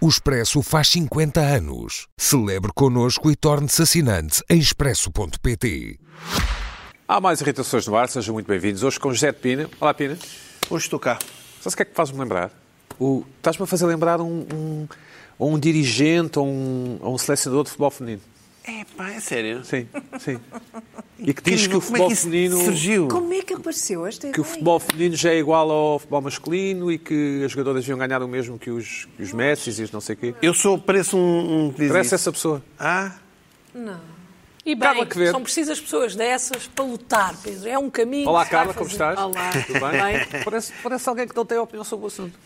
O Expresso faz 50 anos. Celebre connosco e torne-se assinante em expresso.pt. Há mais irritações no ar, sejam muito bem-vindos. Hoje com José de Pina. Olá, Pina. Hoje estou cá. Sabe o que é que faz-me lembrar? O... Estás-me a fazer lembrar um, um, ou um dirigente ou um, ou um selecionador de futebol feminino. É pá, é sério. Sim, sim. E que diz Incrível, que o como é futebol que isso feminino. surgiu? Como é que apareceu esta ideia? Que o futebol feminino já é igual ao futebol masculino e que as jogadoras iam ganhar o mesmo que os, que os Messi e os não sei o quê. Eu sou, pareço um, um que diz Parece isso. essa pessoa. Ah, E bem, Carla Quevedo. são precisas pessoas dessas para lutar, Pedro. É um caminho. Olá, que se vai Carla, como fazer. estás? Olá, Tudo bem? Parece, parece alguém que não tem opinião sobre o assunto.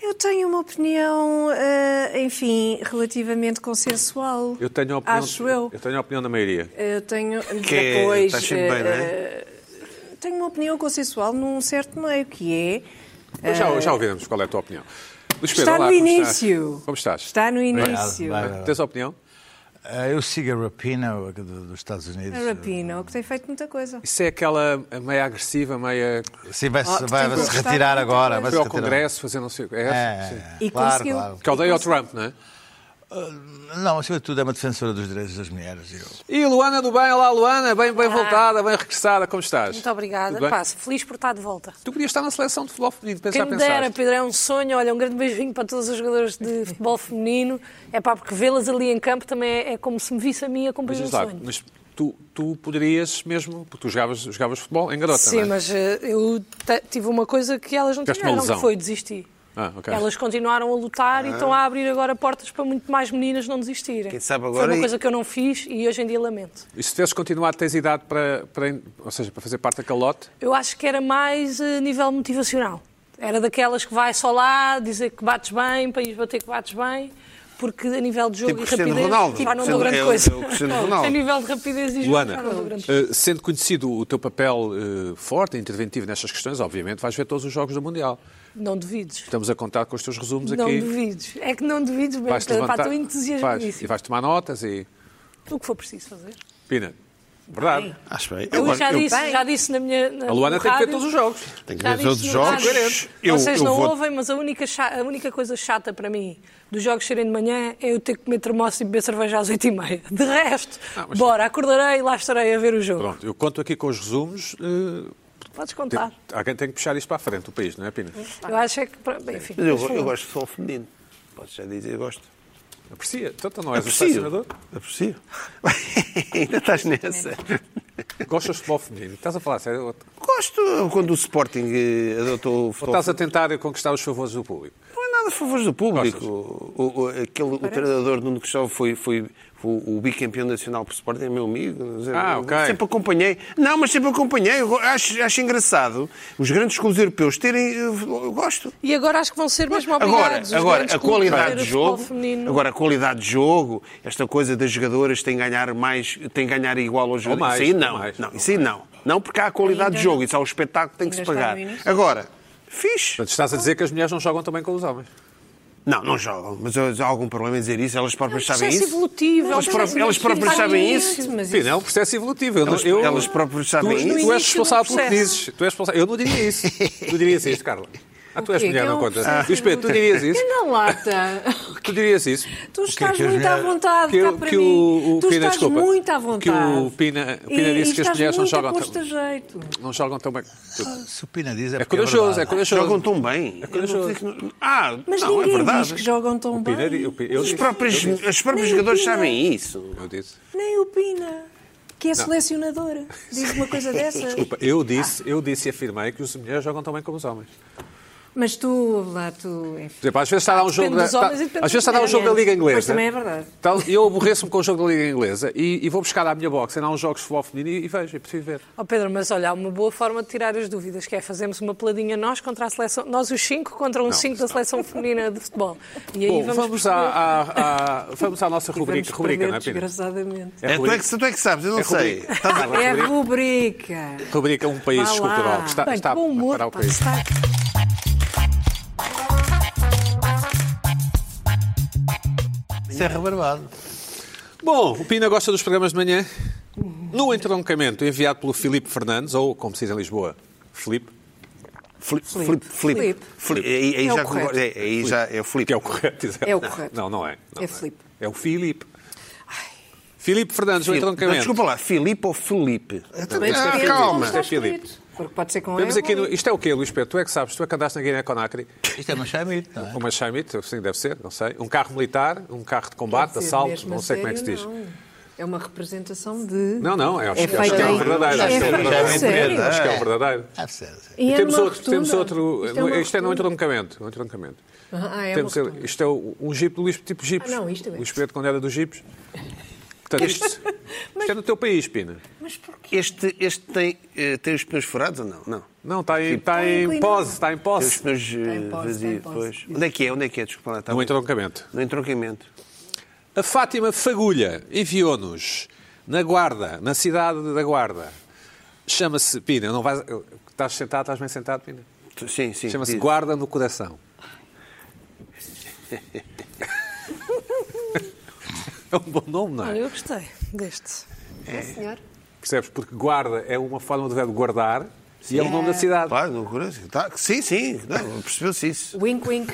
Eu tenho uma opinião, eh, enfim, relativamente consensual. Eu tenho a opinião, Acho eu. tenho a opinião da maioria. Eu tenho. que é, depois, estás sempre eh, bem, não é? tenho uma opinião consensual num certo meio, que é. Mas já, já ouviremos qual é a tua opinião. Luís Pedro, Está olá, no como início. Estás? Como estás? Está no início. Obrigado, Bem, Tens a opinião? Ah, Eu sigo a Rapino do- dos Estados Unidos. A Rapino, que tem feito muita coisa. Isso é aquela meia agressiva, meia. Sim, vai-se Ah, vai, tem vai-se gostado retirar muito agora. bem. vai-se Foi ao retirar. Congresso fazer não sei o que. É, essa? Sim. É, E claro, conseguiu. claro. Que odeia o Trump, não é? Não, acima de tudo é uma defensora dos direitos das mulheres. Eu. E Luana do Bem, olá Luana, bem, bem voltada, bem regressada, como estás? Muito Tudo obrigada. bem? Passo. Feliz por estar de volta. Tu podias estar na seleção de futebol feminino, pensar, Quem me dera, pensar. Pedro, é um sonho. Olha, um grande beijinho para todas as jogadoras de futebol feminino. É pá, porque vê-las ali em campo também é, é como se me visse a mim a Mas, cumprir um diz lá, sonho. mas tu, tu poderias mesmo, porque tu jogavas, jogavas futebol em garota, Sim, não é? mas eh, eu te- tive uma coisa que elas não Tiveste uma tiveram, lesão. que foi desistir. Ah, ok. Elas continuaram a lutar e estão a abrir agora portas para muito mais meninas não desistirem. Ah. Quem sabe Foi agora uma e- coisa que eu não fiz e hoje em dia lamento. E se tivesses continuado, tens idade para, para, ou seja, para fazer parte daquele lote? Eu acho que era mais a nível motivacional. Era daquelas que vai só lá dizer que bates bem, para ir bater que bates bem, porque a nível de jogo Tipo e Cristiano rapidez Ronaldo. já não deu Cristiano- grande é o- coisa. é o Cristiano Ronaldo. a nível de rapidez e jogo já Luana, não deu grande coisa. eh, sendo conhecido o teu papel eh, forte e interventivo nestas questões, obviamente vais ver todos os jogos do Mundial. Não duvides. Estamos a contar com os teus resumos Não aqui. duvides. É que não duvides mesmo. Vais-te Pedro. Pá, levantar- Estou vais, e entusiasmadíssimo. vais tomar notas e... O que for preciso fazer. Pina, verdade. acho bem. Eu, já, eu, disse, já disse na minha. Na, A Luana no tem que ver rádio. todos os jogos. tenho que Já ver todos os disse jogos. no rádio. Eu, Vocês eu não vou... ouvem, mas a única, cha- a única coisa chata para mim dos jogos serem de manhã é eu ter que comer termoço e beber cerveja às 8h30. De resto, Ah, mas- bora, acordarei e lá estarei a ver o jogo. Pronto, eu conto aqui com os resumos. eh, Podes tem- contar. alguém tem que puxar isto para a frente, o país, não é, Pina? Eu acho é que. pronto, bem, Enfim, Mas eu, mas eu falamos. gosto de futebol feminino. Posso já dizer, eu gosto. É Aprecia. Então tu não és um Aprecio. selecionador? Aprecio. Ainda estás nessa. Gostas de futebol feminino? Estás a falar sério? Ou Gosto quando o Sporting eh, adotou o futebol estás a tentar conquistar os favores do público? Não é nada a favor do público. O, o- aquele, o treinador Nuno Cristóvão foi, foi, foi o bicampeão nacional por Sporting, é meu amigo. não sei, Ah, eu ok. Sempre acompanhei. Não, mas sempre acompanhei. Eu go- acho, acho engraçado os grandes clubes europeus terem. Eu, eu gosto. E agora acho que vão ser mesmo Agora, obrigados. os agora grandes a clubes qualidade ter de o futebol jogo, feminino. agora a qualidade de jogo, esta coisa das jogadoras tem ganhar mais, tem ganhar igual aos jogadores. mais, isso aí ou não, mais, não, ou isso aí não. Não porque há a qualidade de jogo, isso há o espetáculo que tem que se Ainda está pagar. no início. Agora, fixe. Portanto, estás a dizer que as mulheres não jogam também com os homens. Não, não jogam, mas há algum problema em dizer isso? Elas É um próprias sabem processo isso? evolutivo, é um Elas processo pró- elas próprias evolutivo. sabem Mas isso? isso- Pina, é um processo evolutivo. Eu, não- Elas- eu- elas próprias sabem tu, isso? Tu No és início do responsável pelo que processo. dizes. Tu és responsável. Eu não diria isso. Tu dirias isto, Carla. Ah, tu és quê? mulher, Que é não um conta. processo Luís Pedro, tu dirias isso. Que na Então, lata! Tu dirias isso. Tu é estás que as muito à mulheres- vontade Que, cá o- Então para que mim. o, o tu Pina, estás desculpa. muito à vontade. Que o Pina, o Pina E- disse e que as estás mulheres não muito a jogam, custa jeito. não jogam tão bem. Tu- Se o Pina diz, é, É porque corajoso, é verdade. corajoso. Jogam tão bem. Eu corajoso. não digo que não- Ah, Mas não, é ninguém diz verdade. que jogam tão bem. Pina, eu, eu, Os disse, próprios, eu disse, os próprios Nem jogadores opinam. sabem isso. eu disse. Nem o Pina, que é selecionador, diz uma coisa dessas. Desculpa, eu disse, eu disse e afirmei que as mulheres jogam tão bem como os homens. Mas tu, é lá, tu. enfim. Por exemplo, às vezes está a dar um jogo, Ah, Depende da, dos homens e está- depende às vezes das está a dar um jogo da mulheres. Liga Inglesa. Mas também é verdade. Então, eu aborreço-me com o jogo da Liga Inglesa e, e vou buscar à minha box, não uns jogos de futebol feminino e, e vejo, e preciso ver. Oh Pedro, mas olha, há uma boa forma de tirar as dúvidas, que é fazermos uma peladinha nós contra a seleção, nós os cinco contra um cinco da seleção feminina de futebol. E aí Bom, vamos, vamos, à, perceber- à- à- vamos à nossa rubrica, Vamos rubrica perder, não é, Pina? Desgraçadamente. É, tu, é que, tu é que sabes, eu não É sei. rubrica. Estás a- É a rubrica. Rubrica um país Vá lá. cultural que está, Bem, está que bom a humor, preparar o pá, país. está- Serra Barbado. Bom, o Pina gosta dos programas de manhã. No entroncamento enviado pelo Filipe Fernandes, ou como se diz em Lisboa, Filipe, Flip, flip, flip. Flip. Flip. Aí, aí É o já correto. concordo. É, aí já é o flip. Que é o correto, exato. É o Não, correto. Não, não é. Não É é. Filipe. É o Filipe. Filipe Fernandes, então, o Não, entroncamento. Então- desculpa lá, Filipe ou Filipe? Também Ah, depende de calma. como está É Filipe. escrito. Porque pode ser com Vemos E, aqui no- Isto é o quê, Luís Pedro? Tu é que sabes, tu é que andaste na Guiné-Conakry. Isto é uma chamite, não é? Uma Shamit, assim deve ser, não sei. Um carro militar, um carro de combate, Quer dizer, assalto, mesmo não a sei como é que se sério, diz. não. É uma representação de. Não, não, é, acho, É acho que feito é o em- verdadeiro. é acho que é o feito em verdadeiro. sério. Acho que é o verdadeiro. Ah, percebe. E é temos, numa outro, temos rotunda. outro. Isto é Isto uma é no rotunda. entroncamento. No entroncamento. Ah, é uma temos, rotunda. isto é o- um jeep do Luís, tipo jipes. Ah, não, isto é bem. Luís Pedro, quando era dos jipes. Portanto, isto, isto é no teu país, Pina. Este, este tem, eh, tem os pneus furados ou não? Não. Não, tá está em, Tá está Está em inclinado. pose, está em Tem os pose. pneus eh, Tem posse, tem vazios. posse. pois. Onde é que é? Onde é que é? Desculpa lá. Tá No bem. entroncamento. No entroncamento. A Fátima Fagulha enviou-nos na Guarda, na cidade da Guarda. Chama-se, Pina, não vais. Estás sentado, estás bem sentado, Pina? Tu- Sim, sim. Chama-se diz. Guarda no Coração. É um bom nome, não Olha, é? eu gostei deste. senhor. Percebes? Porque guarda é uma forma de verbo guardar e é o nome da cidade. Claro, não curioso. Tá. Sim, sim. Não, Percebeu-se isso. Wink, wink.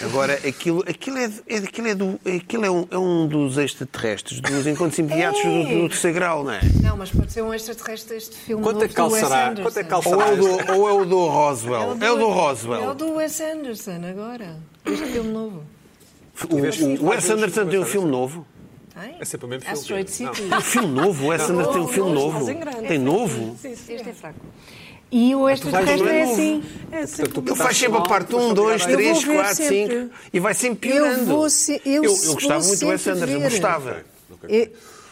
Agora, aquilo, aquilo, é, é- aquilo, é, do, aquilo é, um, é um dos extraterrestres, dos encontros imediatos do, do terceiro grau, não é? Não, mas pode ser um extraterrestre deste filme. Quanto é novo que do Wes calçará? Anderson. Quanto é que Ou é o calçará? do, ou é o do Roswell? É o do É o Roswell. do Wes Anderson agora. Este filme novo. O, o Wes Anderson tem um filme novo. Tem? É sempre o mesmo Asteroid filme. City. Um filme novo? O Wes Anderson tem um filme novo. é Tem novo? Este é fraco. E o extraterrestre é assim. É sempre Ele faz sempre a parte 1, 2, Eu 3, vou ver 4, 5 sempre. e vai sempre piorando. Eu vou se, eu, eu, eu vou gostava muito do Wes sempre Anderson, ver. gostava. Eu,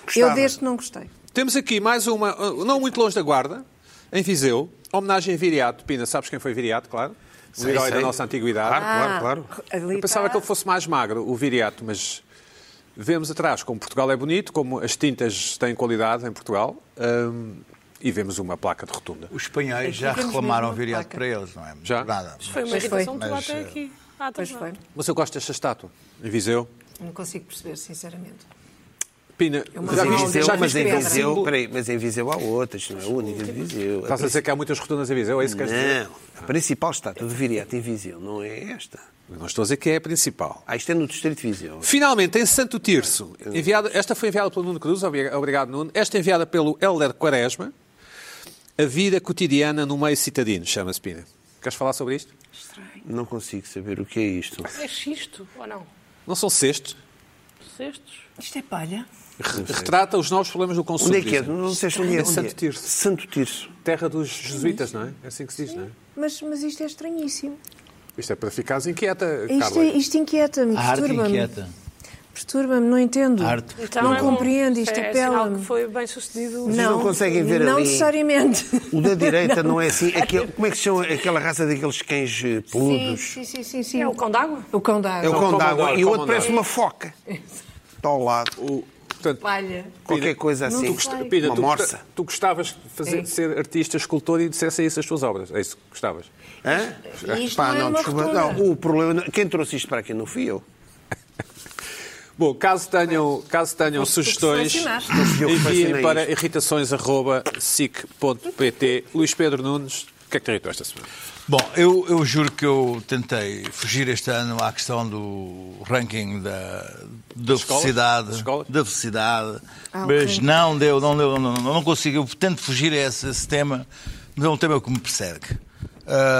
Gostava. eu deste não gostei. Temos aqui mais uma, uh, não muito longe da guarda, em Viseu. Homenagem a Viriato. Pina, sabes quem foi Viriato, claro? O Sei, herói sei. da nossa antiguidade. Claro, claro, claro. Ah, Ali Ah, tá. Eu pensava está. que ele fosse mais magro, o Viriato, mas vemos atrás como Portugal é bonito, como as tintas têm qualidade em Portugal hum, e vemos uma placa de rotunda. Os espanhóis Aqui já temos reclamaram mesmo viriado placa. para eles, não é? Já? Nada. Foi uma Mas foi. irritação que tu Mas, até eh, aqui. Ah, Pois não. foi. Mas eu gosto desta estátua, em Viseu. Não consigo perceber, sinceramente. Pina, uma já Mas em Não, viste, Viseu, já não, mas viste em não. aquele Viseu, símbolo? peraí, mas em Viseu há outras, não é a única de Viseu. Estás a dizer que há muitas rotundas em Viseu, é isso que queres dizer? Não, a principal estátua de Viriato em Viseu não é esta. Eu Não estou a dizer que é a principal. Ah, isto é no Distrito de Viseu. Finalmente, em Santo Tirso, enviada- esta foi enviada pelo Nuno Cruz, obri- obrigado Nuno, esta é enviada pelo Helder Quaresma, a vida cotidiana no meio citadino, chama-se Pina. Queres falar sobre isto? Estranho. Não consigo saber o que é isto. É xisto ou não? Não são cestos? Cestos? Isto é palha. Retrata os novos problemas do consumo. Onde é que é? dizem. Não sei se onde é. É Santo Tirso. Santo Tirso. Terra dos jesuítas, não é? É assim que se diz, não é? Mas, mas isto é estranhíssimo. Isto é para ficares inquieta, Isto, é- Carla. isto inquieta-me, A arte é perturba-me. inquieta. Perturba-me, não entendo. A arte. não é bom. compreendo, isto é sinal apela-me. que foi bem sucedido. Vocês não conseguem ver não ali. necessariamente. O da direita não é assim. Aquele- como é que se chama aquela raça daqueles cães eh, Sim, peludos? sim, sim, sim, sim. É o cão d'água? O cão da É o água. cão d'água. Comandante, E o outro comandante. parece uma foca. Está ao lado. O- portanto, Palha. Qualquer coisa assim. tu, gost- Pina, Uma tu, gosta- morsa. tu gostavas de fazer, de ser artista, escultor e dissesse isso as tuas obras. É isso que gostavas. Hã? Ah, Isto não é uma rotunda. Não, o problema. não- Quem trouxe isto para aqui não fui eu. Bom, caso tenham, caso tenham sugestões, selecionaste. Eu que enviem selecionei para irritações.sic.pt. Luís Pedro Nunes, o que é que te irritou esta semana? Bom, eu, eu juro que eu tentei fugir este ano à questão do ranking da, da Escolas? velocidade. Escolas? Da velocidade. Ah, mas ok. não deu, não deu, não, não, não consigo. Eu tento fugir a esse, esse tema, mas é um tema que me persegue.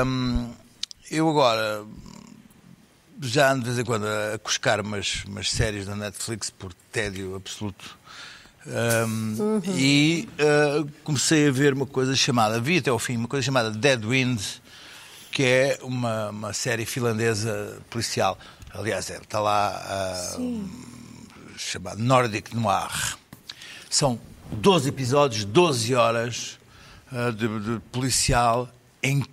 Hum, eu agora já ando de vez em quando a cuscar umas, umas séries da Netflix por tédio absoluto. Hum, E ah, comecei a ver uma coisa chamada, vi até ao fim, uma coisa chamada Dead Wind, que é uma, uma série finlandesa policial. Aliás, é, está lá ah, um, chamado Nordic Noir. São 12 episódios, 12 horas ah, de, de policial em,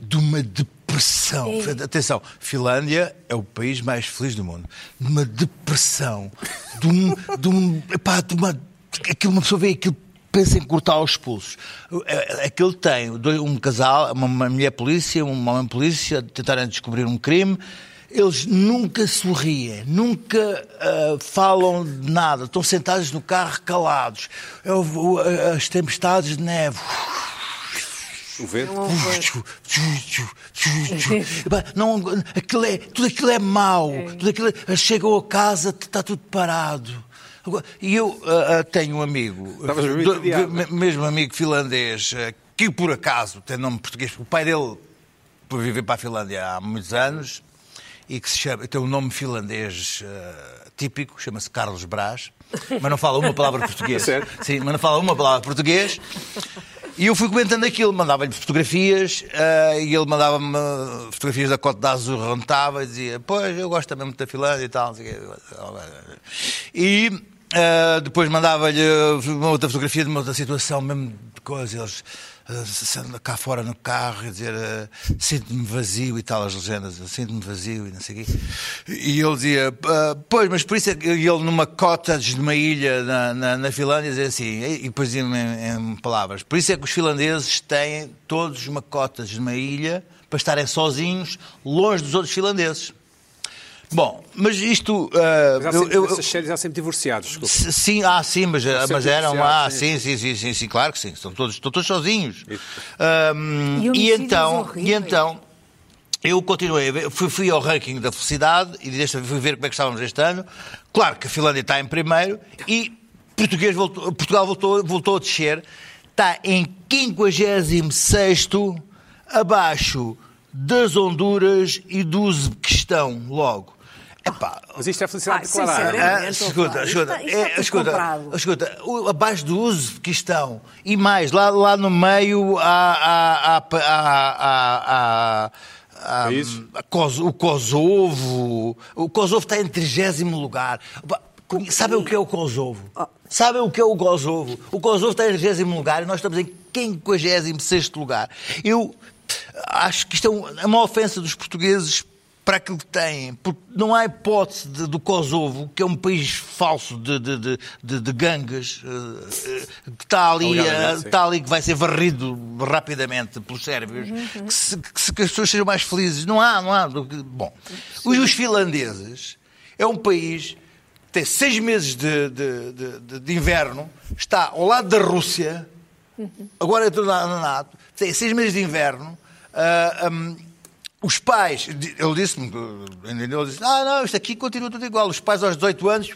de uma depressão. Portanto, Atenção, Finlândia é o país mais feliz do mundo. De uma depressão, de um. De um epá, de uma, aquilo, uma pessoa vê aquilo. Pensa em cortar os pulsos. É- é- Aquilo tem dois- um casal, uma- uma mulher polícia, um homem polícia, tentarem descobrir um crime. Eles nunca sorriem, nunca ah, falam de nada, estão sentados É no carro calados. Eu vou- as tempestades de neve. O vento. Tchu, tchu, tchu, tchu, tchu. Epá, Não, aquilo é, tudo aquilo é mau. Tudo aquilo é- chegam a casa, está tudo parado. Agora, E eu ah, ah, tenho um amigo, Estavas do- muito adiado. me- mesmo amigo finlandês, ah, que por acaso tem nome português, porque o pai dele foi viver para a Finlândia há muitos anos e que se chama, tem um nome finlandês ah, típico, chama-se Carlos Brás, mas não fala uma palavra português. sério? Sim, mas não fala uma palavra português. E eu fui comentando aquilo, mandava-lhe fotografias ah, e ele mandava-me ah, fotografias da Cote d'Azur onde estava e dizia: Pois, eu gosto também muito da Finlândia e tal. não sei o quê. E ah, depois mandava-lhe uma outra fotografia de uma outra situação, mesmo de coisa. Eles ah, sendo cá fora no carro e dizer ah, sinto-me vazio e tal, as legendas, eu sinto-me vazio e não sei o quê. E ele dizia: "Ah, Pois, mas por isso é que e ele numa cota de uma ilha na, na, na Finlândia dizia assim, e depois dizia em, em palavras, por isso é que os finlandeses têm todos uma cota de uma ilha para estarem sozinhos, longe dos outros finlandeses. Bom, mas isto. ah, Mas há eu- sempre, eu- nessas séries há sempre divorciados. desculpa. S- Sim, ah, sim, mas, sempre mas eram associado, lá, sim. Sim, sim, sim, sim, claro que sim, estão todos, estão todos sozinhos. Ahm, E e, homicídios então, e horríveis. então, eu continuei a ver, fui, fui ao ranking da felicidade e desta vez fui ver como é que estávamos este ano. Claro que a Finlândia está em primeiro e português voltou- Portugal voltou, voltou a descer, está em 56 abaixo das Honduras e do Uzbequistão, logo. Epá, Mas isto é felicidade Ah, declarada. sinceramente. ah, escuta, Isto escuta, está- isto está é, tudo escuta, comprado. escuta, o- abaixo do uso que estão, e mais, lá, lá no meio há, há, há, há, há, há, há Países? há Kos- o Kosovo, o Kosovo está em 30 lugar. Opa, conhe- Sabem o que é o Kosovo? Sabem o que é o Kosovo? O Kosovo está em 30 lugar e nós estamos em 56 lugar. Eu acho que isto é um- é uma ofensa dos portugueses para aquilo que têm, porque não há hipótese de- do Kosovo, que é um país falso de, de, de, de- de gangues, eh, eh, que está ali, Alegadamente, eh, sim. está ali que vai ser varrido rapidamente pelos sérvios, que, se, que se- que as pessoas sejam mais felizes. Não há, não há. do que- Bom, os, os finlandeses é um país que tem seis meses de, de- de- de- de inverno, está ao lado da Rússia, agora entrou na, na NATO, tem seis meses de inverno. ah, hum, os pais, di- ele disse-me, eh, entendeu? Ele disse: Ah, não, isto aqui continua tudo igual. Os pais aos 18 anos,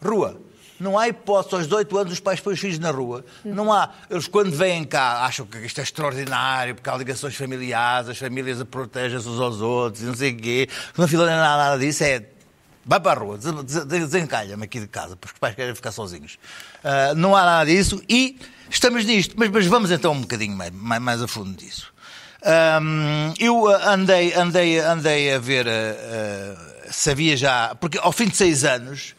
rua. Não há hipótese aos 18 anos os pais põem os filhos na rua. Não há. Eles quando vêm cá acham que isto é extraordinário, porque há ligações familiares, as famílias protegem-se uns aos outros, e não sei o quê. Na Finlândia não há nada disso, é Vai para a rua, des- des- desencalha-me aqui de casa, porque os pais querem ficar sozinhos. Ah, não há nada disso e estamos nisto. Mas, mas vamos então um bocadinho mais, mais, mais a fundo disso. Ahm, eu ah, andei, andei, andei a ver, ah, ah, sabia já, porque ao fim de seis anos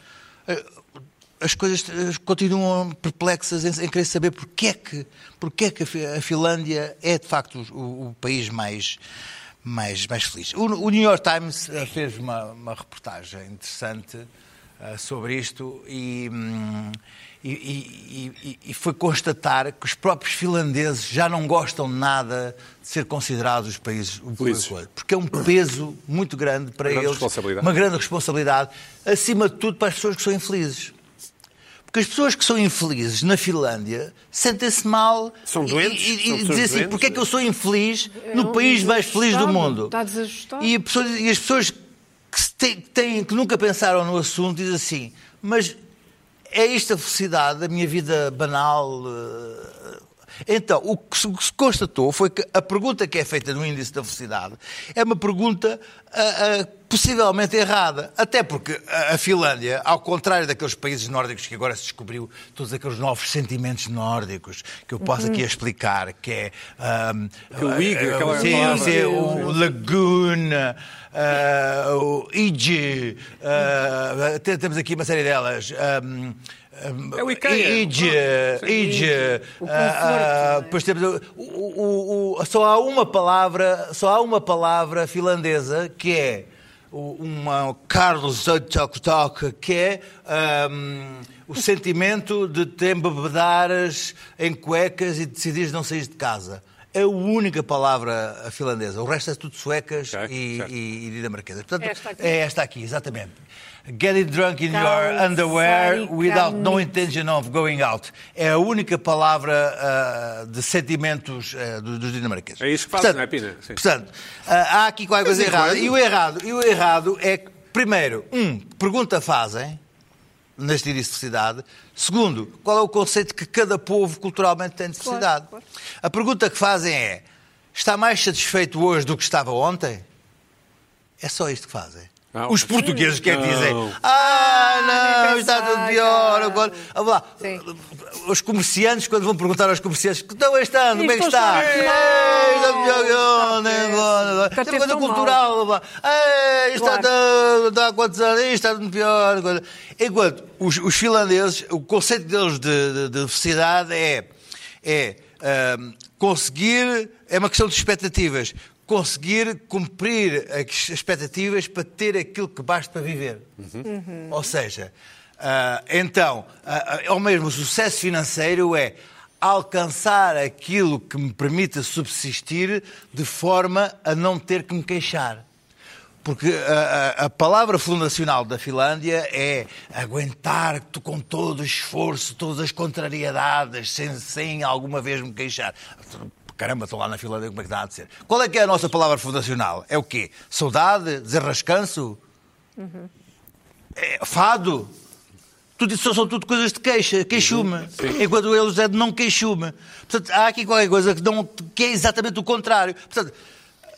as coisas eh, continuam perplexas em, em querer saber porque é que, porque é que a Fi- a Finlândia é de facto o, o país mais, mais, mais feliz. O, o New York Times eh, fez uma, uma reportagem interessante eh, sobre isto e, hum, e- e- e- e foi constatar que os próprios finlandeses já não gostam nada de ser considerados os países o- Felizes. porque é um peso muito grande para grande eles, responsabilidade. uma grande responsabilidade, acima de tudo para as pessoas que são infelizes. Porque as pessoas que são infelizes na Finlândia sentem-se mal São e- doentes? e, São e, pessoas dizem assim, doentes? porque é que eu sou infeliz no país mais feliz do desajustado, mundo? está desajustado. E, a pessoa- e as pessoas que, se têm- que têm- que nunca pensaram no assunto dizem assim, mas é isto a felicidade, a minha vida banal? eh?" Então, o que se o que se constatou foi que a pergunta que é feita no índice da felicidade é uma pergunta ah, ah, possivelmente errada. Até porque a a Finlândia, ao contrário daqueles países nórdicos que agora se descobriu, todos aqueles novos sentimentos nórdicos que eu posso aqui explicar, que é. ah, Uhum. Que o Ig, ah, aquela sim, palavra. sim, o Laguna, ah, o Ige, ah, te- temos aqui uma série delas. ehm, eh, ahm, ahm, É o Ikea. Ige, Ige, ah, ah, depois temos o- o- o- o- só há uma palavra, só há uma palavra finlandesa que é o- uma Carlos Tok Tok, que é ahm, o sentimento de te embebedares em cuecas e decidires não sair de casa. É a única palavra finlandesa. O resto é tudo suecas Ok, e, certo. e, e dinamarquesas. Portanto, Esta aqui. é esta aqui, exatamente. Getting drunk in your Calça underwear e without no camisa. intention of going out. É a única palavra ah, de sentimentos ah, dos, dos dinamarqueses. É isso que fazem, Portanto, não é, Pina? Sim. Portanto, ah, há aqui qualquer coisa errada. E o errado, e o errado é que, primeiro, um, que pergunta fazem nesta diversidade. Segundo, qual é o conceito que cada povo culturalmente tem de diversidade? claro. A pergunta que fazem é: está mais satisfeito hoje do que estava ontem? É só isto que fazem. Ah, Os portugueses que é que dizem: Não. Ah, Ah, não, nem está pensar, tudo pior. não." Agora, Vamos lá. Sim. Os comerciantes, quando vão perguntar aos comerciantes: Então, este ano, como é que Isto está? está "Ei, Está melhor que ontem. péssimo. agora, agora." Está É uma tudo coisa tão mal. cultural. vá. "Ei, Isto está Claro. está há quantos anos, isto está muito pior. coisa. Enquanto os, os finlandeses, o conceito deles de, de, de felicidade é, é ahm, conseguir, é uma questão de expectativas, conseguir cumprir as expectativas para ter aquilo que basta para viver. Uhum. Ou seja, ah, então, ah, ah, ou mesmo o sucesso financeiro é alcançar aquilo que me permita subsistir de forma a não ter que me queixar. Porque a, a- a palavra fundacional da Finlândia é aguentar tu com todo o esforço, todas as contrariedades, sem, sem alguma vez me queixar. Caramba, estou lá na Finlândia, como é que dá a dizer? Qual é que é a nossa palavra fundacional? É o quê? Saudade? Desarrascanço? É, fado? Tudo isso são tudo coisas de queixa, queixume. Enquanto eles é de não queixume. Portanto, há aqui qualquer coisa que, não, que é exatamente o contrário. Portanto,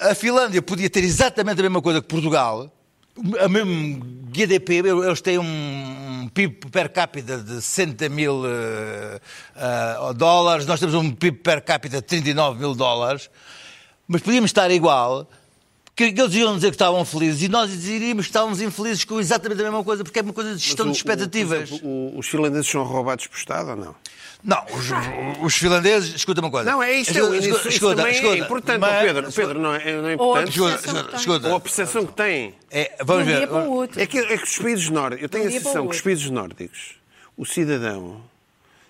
a Finlândia podia ter exatamente a mesma coisa que Portugal, a mesmo GDP, eles têm um PIB per capita de 60 mil eh, ah, dólares, nós temos um PIB per capita de 39 mil dólares, mas podíamos estar igual, que que eles iam dizer que estavam felizes e nós diríamos que estávamos infelizes com exatamente a mesma coisa, porque é uma coisa de gestão de Mas o- o- por expectativas. exemplo, o- os finlandeses são roubados por Estado ou não? Não, os, os finlandeses, escuta uma coisa. Não, é isto. é, Escuta, isso, isso escuta, escuta, também escuta. é importante. Mas- Pedro, Pedro, não é, não é Ou a importante. Escuta, percepção que Ou tem. escuta, a escuta. percepção que têm. É, De um vamos dia ver. para o outro. É que, é que os países nórdicos, eu tenho Um a dia para sensação o que os outro. países nórdicos, o cidadão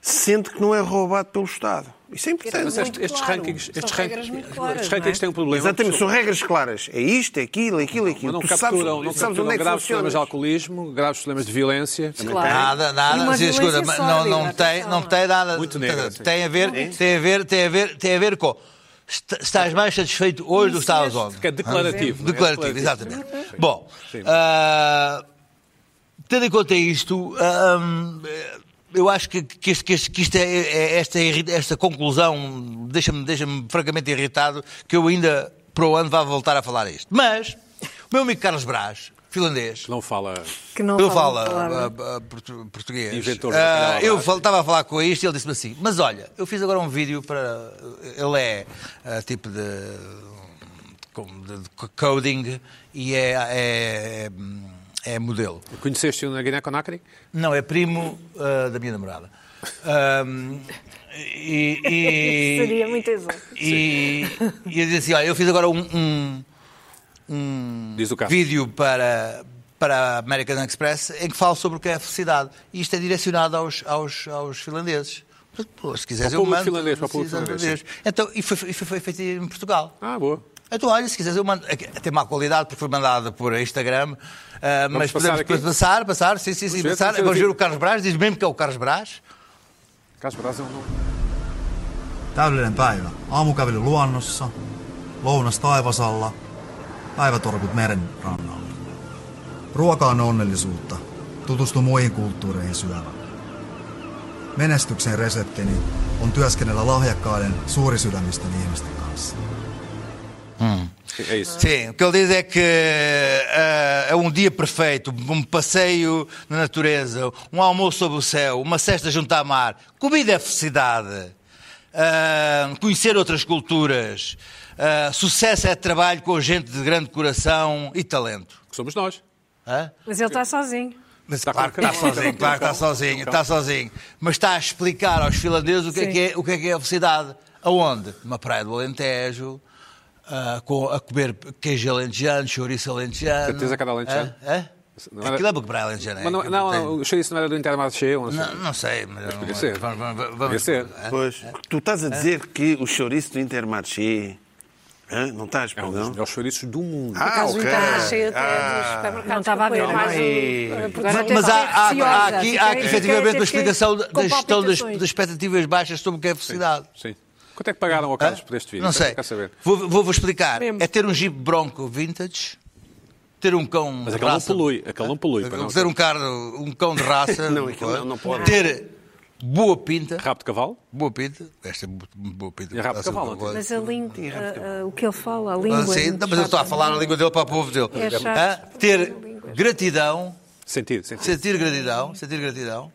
sente que não é roubado pelo Estado. Isso é importante. Mas este- estes claro. rankings, São estes regras rankings, muito claras, estes rankings não é? têm um problema. Exatamente, são regras claras. É isto, é aquilo, é aquilo, é aquilo. Mas não tu capturam, sabes, não tu sabes capturam onde é que graves funciona. problemas de alcoolismo, graves problemas de violência. Claro. Nada, E uma nada, sim, escuta, violência mas não, não, sórdida, tem, não atenção. tem nada. Muito tem- negra, sim. tem, a ver, tem a ver, tem a ver, tem a ver com. est- Estás mais satisfeito hoje do que estavas ontem. Que é declarativo, não é? Declarativo, Declarativo. exatamente. Bom, ah, tendo em conta isto, ah, hum, eu acho que, que, este- que este- que isto é- é- esta, irri- esta conclusão deixa-me deixa francamente irritado que eu ainda para o ano vá voltar a falar isto. Mas o meu amigo Carlos Brás, finlandês, Não fala. Que não é? eu falo falam palavra. ah, ah, portu- português. Inventor Ah, do bacalhau à eu brás. fal- estava a falar com este e ele disse-me assim: Mas olha, eu fiz agora um vídeo para. Ele é ah, tipo de. como de- de coding e é. é, é modelo. Conheceste-o na Guiné-Conakry? Não, é primo ah, da minha namorada. Ahm, e- e- Seria muito exato. E, e eu disse assim: Olha, eu fiz agora um- um Hum. Diz o Carlos. vídeo para, para a American Express em que falo sobre o que é a felicidade. E isto é direcionado aos, aos, aos finlandeses. Portanto, pô, se quiseres Para o eu público mando. finlandês, para o público Sim, finlandês, finlandês. Então, e foi, e foi- foi feito em Portugal. Ah, boa. Então, olha, se quiseres eu mando. é que Tem má qualidade porque foi mandada por Instagram. ah, mas passar podemos aqui? passar, passar, sim, sim, sim, ver, passar. vamos ver Vamos ver aqui. o Carlos Brás, diz mesmo que é o Carlos Brás. Carlos Braz é um nome. Täydellinen päivä. Aamukävely luonnossa. Lounas taivasalla. Päivätorkut meren rannalla. Ruoka on onnellisuutta. Tutustu muihin kulttuureihin syömällä. Menestyksen reseptini on työskennellä lahjakkaiden, suurisydämisten ihmisten kanssa. É isso. Sim, o que ele diz é que ah, é um dia perfeito, um passeio na natureza, um almoço sob o céu, uma cesta junto à mar, comida é felicidade, ah, conhecer outras culturas, ah, sucesso é trabalho com gente de grande coração e talento. Que somos nós. Hã? Mas ele está sozinho. Mas Está Tá, claro que com- está sozinho, claro que está sozinho, está sozinho. Mas está a explicar aos finlandeses o que, é que, é, o que é que é a felicidade. Aonde? Numa praia do Alentejo, ah, com, a comer queijo alentejano, chouriço alentejano. Certeza que é de Alentejano. Hã? Hã? Não era- Aquilo é Braille em janeiro. Mas não, não, não, o chouriço não era do Intermarché. um assim. ou Não, sei. Não, não sei, mas, não- podia ser. Vamos, vamos, é? Podia vamos- ser. Pois. Tu estás a dizer que o chouriço do Intermarché. hã? Não estás, É um dos perdão? melhores chouriços do mundo. Ah, Caso ok. okay. até dos Ah. supermercados. tá. Não é? estava a ver. para mais um. Ai. o- Agora Mas- até Mas há, há, Fiquei há ansiosa, aqui, fiquei- há aqui fiquei efetivamente até uma explicação da com da gestão das, palpitações. das expectativas baixas sobre o que é velocidade. Sim. Quanto é que pagaram ao Carlos por este vídeo? Ah? Não Quero sei. ficar a saber. Vou- Vou-vos explicar. Mesmo. É ter um Jeep Bronco vintage, ter um cão. Mas de aquele não raça- polui, aquele não polui, para não- Ter um, carro, um cão de raça. Não, aquilo não- não pode. Ter boa pinta. Rabo de cavalo? Boa pinta. Esta é muito boa pinta. E rabo de cavalo, não tem? Mas a língua, a- a- o que ele fala, a língua. Ah, sim, não, mas ele está a falar a língua dele para o povo dele. É chato. Ah, ter gratidão, Sentido, sentido. sentir gratidão, sentir gratidão.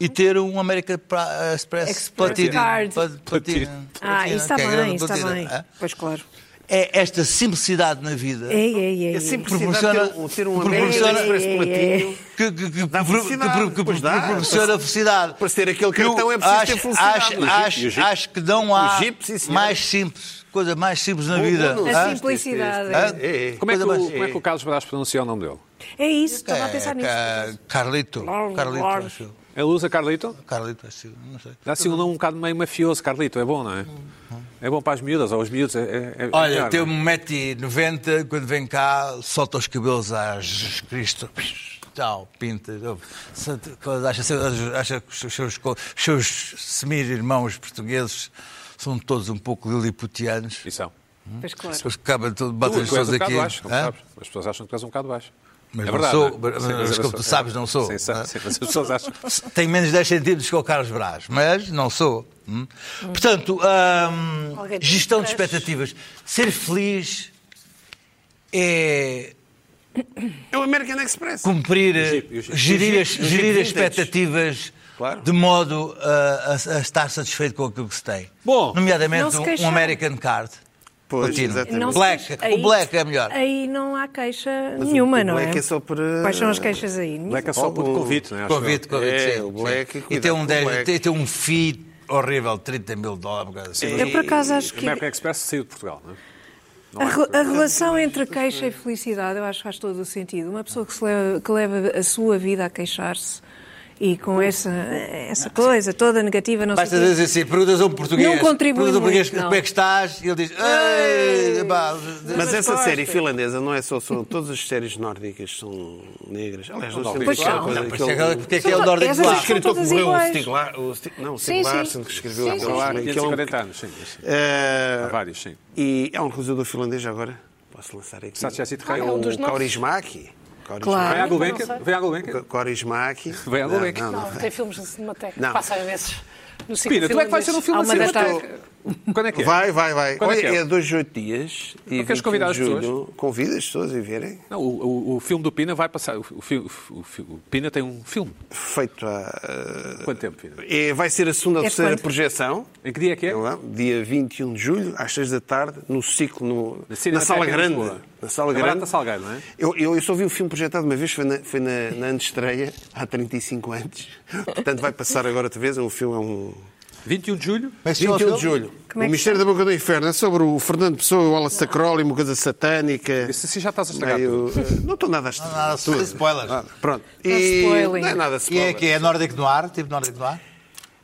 E ter um American Pra- Express, é? Express Platinum. Card. Pla- Platinum. Ah, Platinum, isso está que é grande bem, isso está platina, bem. ah. Pois claro. É esta simplicidade na vida Ei, ei, ei. É ei. simplicidade Proporciona- ter um- ter um proporciona- American Express Ei, ei, platinho. que, que, que, Dá pro- que, felicidade, pro- que pois dá. proporciona felicidade. Para ser aquele cartão é preciso ter acho- felicidade. Acho, O Jeep- acho- o Jeep- acho que não há o Jeep, sim, senhor. mais simples, coisa mais simples na Bom, vida. bom, não hã? A simplicidade. Hã? Ah, É, é. Como é, que Coisa o, mais- como é que o Carlos Brás pronuncia o nome dele? É isso, estava a pensar É, nisso. ca- Carlito. Carlito, acho. É Lusa Carlito? Carlito, acho. Não sei. Dá assim um nome um bocado meio mafioso, Carlito, é bom, não é? É bom para as miúdas, ou os miúdos. É, é- é- Olha, é tem melhor, não é? um 1,90m, quando vem cá, solta os cabelos a Jesus Cristo. Tchau, pinta. Santo- coisa, Acha, acha que os seus, co- os seus semir-irmãos portugueses são todos um pouco liliputianos. E são. Pois claro. Depois acaba é. todo, Tu, tu batem as és pessoas um bocado aqui. baixo, como hã? sabes. As pessoas acham que tu és um bocado baixo. Mas é não verdade. sou, é? mas- Sim, mas eu como sou. tu sabes, não sou. Sim, sabe, Ah. sim, mas as pessoas acham. Tem menos 10 centímetros que o Carlos Brás, mas não sou. hum? Portanto, hum, Alguém tipo tem gestão de stress. expectativas. Ser feliz é É o American Express. cumprir, Egip- Egip- gerir, as, Egip- Egip gerir as vintage. expectativas Claro. de modo a, a- a estar satisfeito com aquilo que se tem. Bom. Não Nomeadamente se um- um queixar. American Card. Pois, Platino. exatamente. Não se Black. queixa. O black é melhor. Aí não há queixa nenhuma, o não black é? é só para- Quais são as queixas aí? Leca só por convite, não é? Acho Convite, convite, É, sim, o sim. black e E cuidado tem com um, o 10, black. tem, tem um fee horrível, 30 mil dólares. assim, É. Eu por acaso acho eu. que American Express saiu de Portugal, não é? a, re- a relação entre queixa e felicidade eu acho que faz todo o sentido. Uma pessoa que, se leva, que leva a sua vida a queixar-se e com essa, essa coisa toda negativa, não Basta sei o quê. dizer assim, perguntas a um português. Não contribui perguntas a um português muito, não. como é que estás e ele diz. "Ei, pá, Mas Mas essa gosto. série finlandesa não é só, são todas as séries nórdicas são negras. Aliás, nós temos Pois aquela são. coisa Não, pois daquele- é que- porque é que é o Nordic Essas Black. são escritor que todas morreu, o iguais. Stig La- o Stig- não, o Stig Sim, sim. Larsson, que escreveu Sim, aquele sim, Há livro, que é um- 540 anos, sim. sim. Eh, Há vários, sim. E é um realizador finlandês agora. Posso lançar aqui. Sachi Assis de Rei. É Ah, é um o dos nossos. Kaurismäki. Kaurismäki. Claro. Vem à não Gulbenkian? sei. Vem à Gulbenkian? Kaurismäki. Vem à Gulbenkian. Não, não, Não, tem filmes na Cinemateca. Não. Passa às vezes. No ciclo Pina, tu é que vais finlandês. ser um filme Há assim? uma data- Quando é que é? Vai, vai, vai. Quando é Olha, que é? é dois, oito dias. E Não queres 21 de convidar as julho. pessoas? Convida as pessoas a virem. Não, o, o- o filme do Pina vai passar. O, fi- o fi- o fi- o Pina tem um filme. Feito há. Quanto tempo, Pina? eh, é- vai ser a segunda ou É terceira quando? projeção. Em que dia é que é? Sei lá, dia 21 de julho, às 6 da tarde, no ciclo, no- Na Cinemateca na sala em grande. Lisboa. Na sala Na Barata grande. Salgueiro, não é? Eu, eu, eu só vi o filme projetado uma vez, foi na, foi na, na antestreia, há 35 anos. Portanto, vai passar agora outra vez. O filme é um. 21 de julho? Mas se 21 ele- de julho. Como é o que Mistério da Boca do Inferno é sobre o Fernando Pessoa, o Alan Sacrólimo, uma coisa satânica. Isso assim já estás a estragar meio- eh, Não estou nada a estragar. Nada, tudo. spoilers. Ah, pronto. spoiling. Não é nada E é spoiler. que é Nordic Noir, tipo Nordic Noir?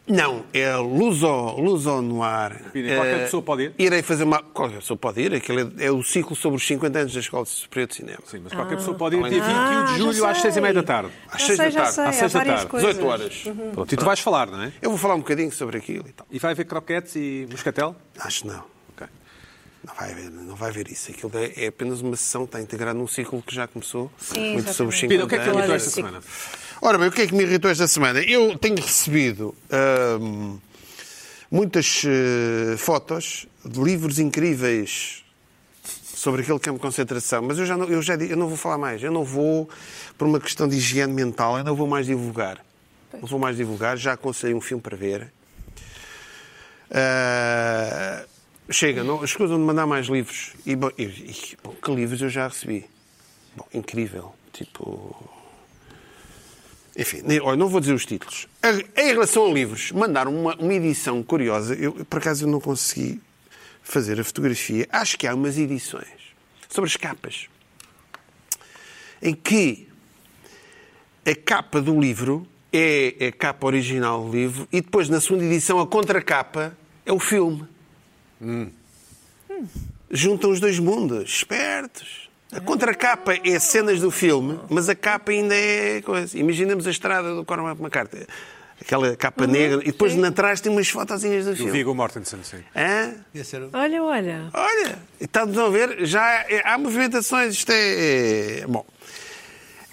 Não, é Luso, Luso Noir. Pina, qualquer Eh, pessoa pode ir? Irei fazer uma. Qualquer pessoa pode ir. Aquele é, é o ciclo sobre os 50 anos da Escola Superior de Cinema. Sim, mas qualquer pessoa pode ir dia 21 Ah, de já julho às sei. 6 e meia da tarde. Já sei, já sei, Às há 6 da várias tarde. coisas. 18 horas. Pronto, e tu vais falar, não é? Eu vou falar um bocadinho sobre aquilo e tal. E vai haver croquetes e moscatel? Acho que não. Ok. Não vai haver, não vai haver isso. Aquilo é é apenas uma sessão que está integrada num ciclo que já começou. Sim, muito sobre os exatamente. 50 Pina, o que é que te Olha, irritou anos. esta sim. semana? Ora bem, o que é que me irritou esta semana? Eu tenho recebido hum, muitas eh, fotos de livros incríveis sobre aquele campo de concentração, mas eu já não, eu já digo, eu não vou falar mais. Eu não vou, por uma questão de higiene mental, eu não vou mais divulgar. Não vou mais divulgar, já aconselhei um filme para ver. Ah, chega, não, escusam de mandar mais livros. E, bom, e- e, bom, que livros eu já recebi? Bom, incrível. Tipo. Enfim, nem- olha, não vou dizer os títulos. A- Em relação a livros, mandaram uma, uma edição curiosa. Eu, eu, por acaso, eu não consegui fazer a fotografia. Acho que há umas edições sobre as capas em que a capa do livro é a capa original do livro e depois, na segunda edição, a contracapa é o filme. Juntam os dois mundos, espertos. A contracapa é cenas do filme, mas a capa ainda é coisa. Imaginemos a estrada do Cormac McCarthy. Aquela capa negra, e depois na trás tem umas fotozinhas do O filme. Viggo Mortensen, sim. Hã? Ia ser o- Olha, olha. Olha, estamos a ver, já é- há movimentações, isto é, é- Bom,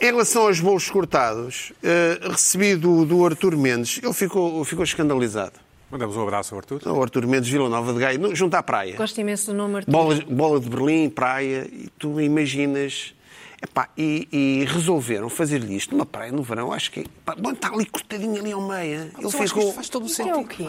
em relação aos bolos cortados, eh, recebi do, do Artur Mendes, ele ficou, ficou escandalizado. Então, Mandamos um abraço ao Artur. O Artur Mendes, Vila Nova de Gaia, no- junto à praia. Gosto imenso do nome Artur. Bola, bola de Berlim, praia, e tu imaginas... Epá, e, e resolveram fazer-lhe isto numa praia no verão, acho que... Epá, bom, está ali cortadinho ali ao meio. Ele Eu acho que ficou... Então, isto faz todo o Isto é o sentido. quê?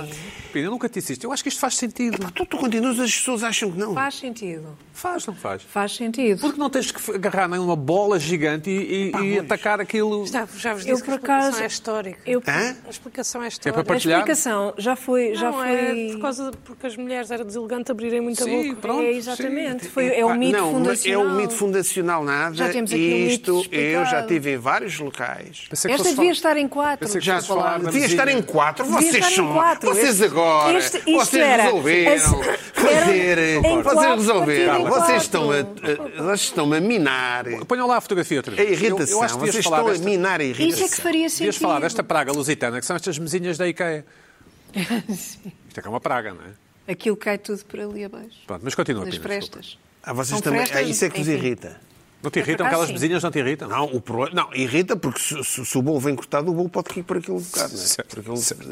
Pina, eu nunca te disse isto. Eu acho que isto faz sentido. Epá, tu, tu continuas, as pessoas acham que não. Faz sentido. Faz, não faz? Faz sentido. Porque não tens que agarrar nenhuma bola gigante e, e- e atacar aquilo. Já, já vos Eu, disse que a por acaso, explicação é histórica. eu- Hã? A explicação é É histórica. para A partilhar. explicação já foi. Já Não, foi... é por causa de- porque as mulheres era deselegante abrirem muita Sim, boca. pronto. É, exatamente. sim. Foi, é o Pá, mito Ah, não, mas fundacional. É um mito fundacional nada. Já temos aqui um e mito isto eu já explicado. tive em vários locais. Pensei que Esta fosse devia falar- estar em quatro. Pensei que Já fosse se falar falava. da Devia vizinha. estar em quatro. Devia vocês estar em são. quatro. Vocês Este- agora. este- isto vocês era- resolveram. esse- era fazer. em vocês quatro, resolveram. partida em Vocês estão a, quatro. a- vocês estão a minar a Ponham lá a fotografia outra vez. É irritação. Eu, eu acho que devias vocês falar estão desta... a minar a Isso irritação. é que faria Devias sentido. falar desta praga lusitana, que são estas mesinhas da IKEA. Isto é que é uma praga, não é? Aquilo cai tudo por ali abaixo. Pronto, mas continua, Nas Pina. desculpa. prestas. Ah, vocês São também- prestas, ah, isso é que vos enfim. irrita. Não te irritam? acaso, Aquelas sim. mesinhas não te irritam? Não, o problema. Não, irrita porque se, se- se o bolo vem cortado, o bolo pode cair por aquele bocado. Não é? Certo, Por aquele- eh, certo.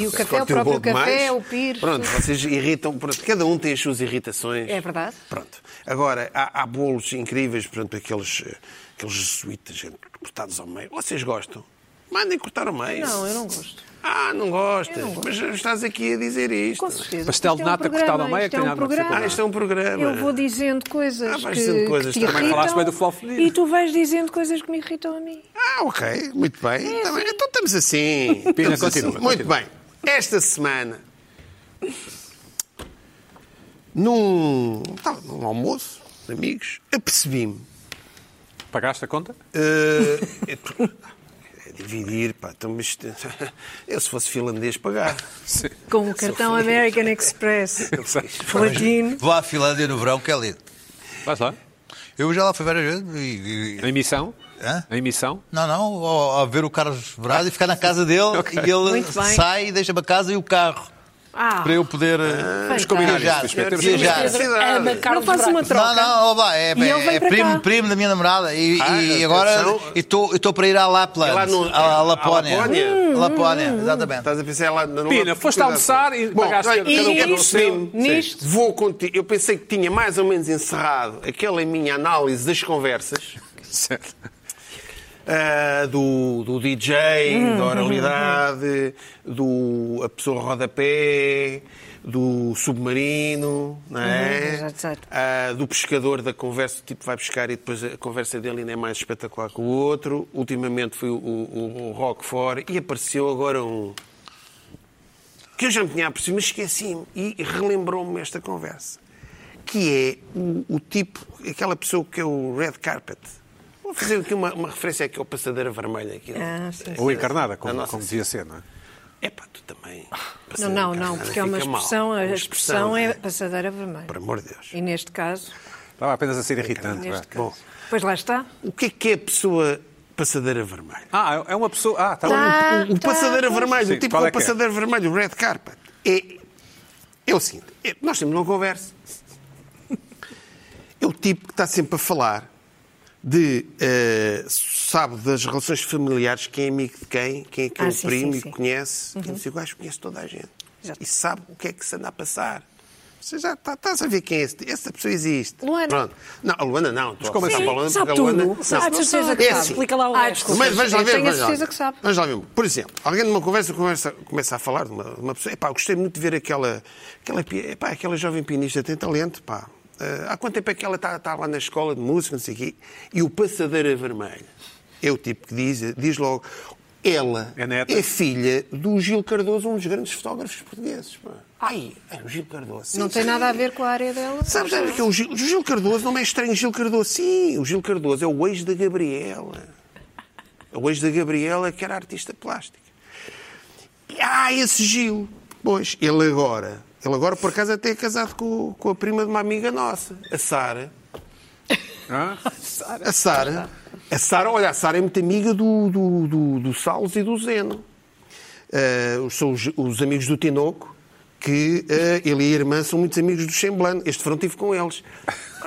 E o se café, o corta próprio bolo demais, café, o pires. Pronto, vocês irritam. pronto, Cada um tem as suas irritações. É verdade. Pronto. Agora, há, há bolos incríveis, pronto, aqueles, eh, aqueles jesuítas eh, cortados ao meio. Vocês gostam? Mandem cortar ao meio. Não, eu não gosto. Ah, não gostas. Mas estás aqui a dizer isto. Com certeza. Pastel Isto de é um nata programa, cortado ao meio é que isto tem é um alguma programa. Ah, isto é um programa. Eu vou dizendo coisas Ah, vais que, dizendo que coisas. te Também irritam. falaste bem do Flop Feliz. E tu vais dizendo coisas que me irritam a mim. Ah, ok, muito bem. Também- Então estamos assim. Estamos continua, assim. Muito continua. bem. Esta semana, num, estava num almoço de amigos, apercebi-me. Pagaste a conta? eh, é dividir, pá, então, mas isto- eu se fosse finlandês pagava. Sim. Como o cartão American Express. Platino. Vou à Finlândia no verão, Kelly. Vais lá. Eu já lá fui várias vezes e- e- Em missão? Hã? Em missão? Não, não, ao- ao ver o Carlos Brás e ficar na casa dele e ele Muito bem. sai e deixa-me a casa e o carro Ah, para eu poder eh, Vamos combinar viajar. isto, Luís Pedro. Temos que viajar. combinar isto. Ama não Carlos faço uma Braga. troca. Não, não, ó, vá, é, E ele é, vem é para cá. primo, primo da minha namorada. E, Ah, e agora atenção. estou para ir à Lapland, É lá no- à, à Lapónia. Hum. à Lapónia. Lapónia, exatamente. Estás a pensar é lá na Pina, foste almoçar e Bom, pagaste olha, cada um e cada um nisto- seu. nisto- Vou contigo. Eu pensei que tinha mais ou menos encerrado aquela minha análise das conversas. Certo. Ah, do, do DJ, da oralidade, do a pessoa rodapé, do submarino, não é? Hum, exato, exato. Ah, do pescador da conversa, o tipo vai pescar e depois a conversa dele ainda é mais espetacular que o outro. Ultimamente foi o, o, o Roquefort e apareceu agora um que eu já me tinha apercebido, mas esqueci-me e relembrou-me esta conversa, que é o, o tipo, aquela pessoa que é o red carpet. Vou fazer aqui uma, uma referência é aqui ao Passadeira Vermelha. Aqui, Ah, sim. Ou encarnada, como, A nossa- como devia ser, não é? É pá, tu também. Não, Passadeira não, não, Encarnada porque é uma fica mal. expressão, a Uma expressão não é passadeira vermelha. Por amor de Deus. E neste caso, Estava apenas a ser irritante. neste vá. Bom. caso. Pois lá está. O que é que é a pessoa Passadeira Vermelha? Ah, é uma pessoa. Ah, está bom. Ah, o, o tá, passadeira pois. vermelho, Sim, o tipo qual com é o que é? passadeira vermelho, o red carpet. É, é o seguinte, é- nós temos uma conversa. É o tipo que está sempre a falar de, eh, sabe, das relações familiares, quem é amigo de quem, quem é que é Ah, o sim, primo, sim, e sim. Uhum. conhece, quem não sei o quê, conhece toda a gente. Exato. E sabe o que é que se anda a passar. Você já está, estás a ver quem é esse, essa pessoa existe. Luana. Pronto. Não, a Luana não. Estou como a assim? falar para a Luana, Sabe porque a Luana... tudo. Sabe de certeza que É sabe. assim. Explica lá o Ah, resto. desculpa. Mas vais lá Eu ver, tenho a vais lá certeza ver. que sabe. Vamos lá ver. Por exemplo, alguém numa conversa começa, começa a falar de uma, de uma pessoa. Epá, gostei muito de ver aquela, aquela, pi- epá, aquela jovem pianista, tem talento, pá. Ah, há quanto tempo é que ela está lá na escola de música, não sei o quê? E o Passadeira Vermelha é o tipo que diz, diz logo... Ela É neta. filha do Gil Cardoso, um dos grandes fotógrafos portugueses. Pá. Ai, é o Gil Cardoso. Sim, Não tem sim. nada a ver com a área dela. Sabes, sabe que é o Gil, o Gil Cardoso não é estranho o Gil Cardoso. Sim, o Gil Cardoso é o ex da Gabriela. O ex da Gabriela, que era artista plástica. E, ah, esse Gil. Pois, ele agora. Ele agora, por acaso, até é casado com, com a prima de uma amiga nossa, a Sara. A Sara. A Sara, olha, a Sara é muito amiga do, do, do, do Salles e do Zeno. Eh, os- são os, os amigos do Tinoco, que eh, ele e a irmã são muitos amigos do Chamblano. Este verão estive com eles.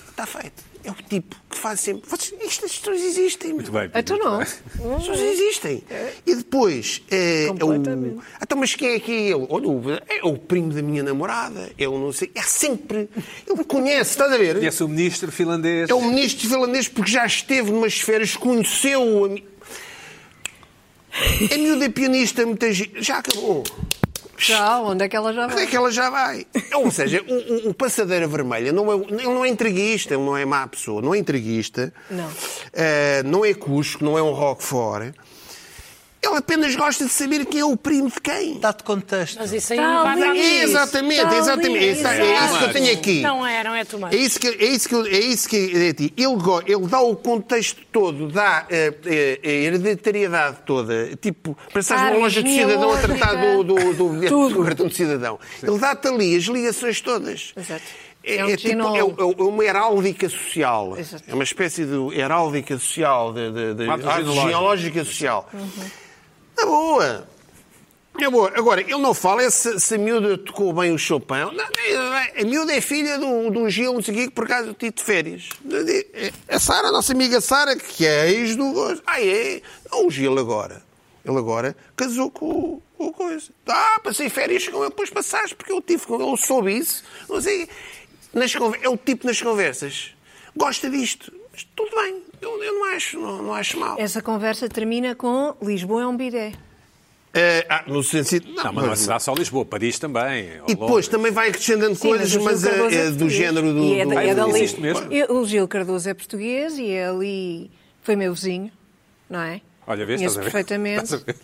Está feito. É o tipo que faz sempre. Vocês, estas pessoas existem. Muito bem. Então não. as pessoas existem. E depois. É, é o... Completamente. Ah, Então, mas quem é que é ele? Olha, o- é o primo da minha namorada. É o não sei. É sempre. Ele conhece, estás a ver? Conhece o ministro é finlandês. É o ministro finlandês porque já esteve numas esferas, conheceu o ami- A miúda é pianista, muita gi- já acabou. Já, onde é que ela já Onde é vai? que ela já vai? Ou seja, o, o- o passadeira vermelha não é, ele não é entreguista, ele não é má pessoa, não é entreguista, Não. Eh, não é Cusco, não é um Roquefort. Ele apenas gosta de saber quem é o primo de quem. Está de contexto. Mas isso aí Tá vai para a ali. mesa. exatamente, Está ali, exatamente. É, isso- é isso que eu tenho aqui. Não é, não é É tomate. isso que é isso que eu- é isso que é ti. ele go- ele dá o contexto todo, dá eh, eh, a hereditariedade toda, tipo, pensar numa Árvore loja de cidadão a tratar do, do, do, bilhete- Tudo. do cartão de um cidadão. Ele dá-te ali as ligações todas. Exato. É, É um é tipo- ginol. é o- é uma heráldica social. Exato. É uma espécie de heráldica social, de, de, Árvore de árvore genealógica. genealógica social. Uhum. Na boa. Na boa. Agora, ele não fala é se, se a miúda tocou bem o Chopin. Não, não, a miúda é filha do, do Gil, não sei o quê, que por acaso eu tive de férias. A É Sara, a nossa amiga Sara, que é ex do. Ah, é? Não, o Gil agora. Ele agora casou com o- com o coisa. Ah, passei férias com ele, depois passaste, porque eu tive com ele, eu soube isso. Não sei. Nas conver- é o tipo nas conversas. Gosta disto. Mas tudo bem. Eu, eu não, acho, não, não acho mal. É- Essa conversa termina com Lisboa é um bidé. Eh, ah, no sentido. Não, é mas não será só Lisboa, Paris também. E depois também vai acrescentando coisas, Sim, mas, o Gil é, Cardoso é do português. género do. E é, do- da- é Ah, dali. existe mesmo? E O Gil Cardoso é português e é ali. Foi meu vizinho, não é? Olha, vês, estás Conheço a ver? perfeitamente. Estás a ver?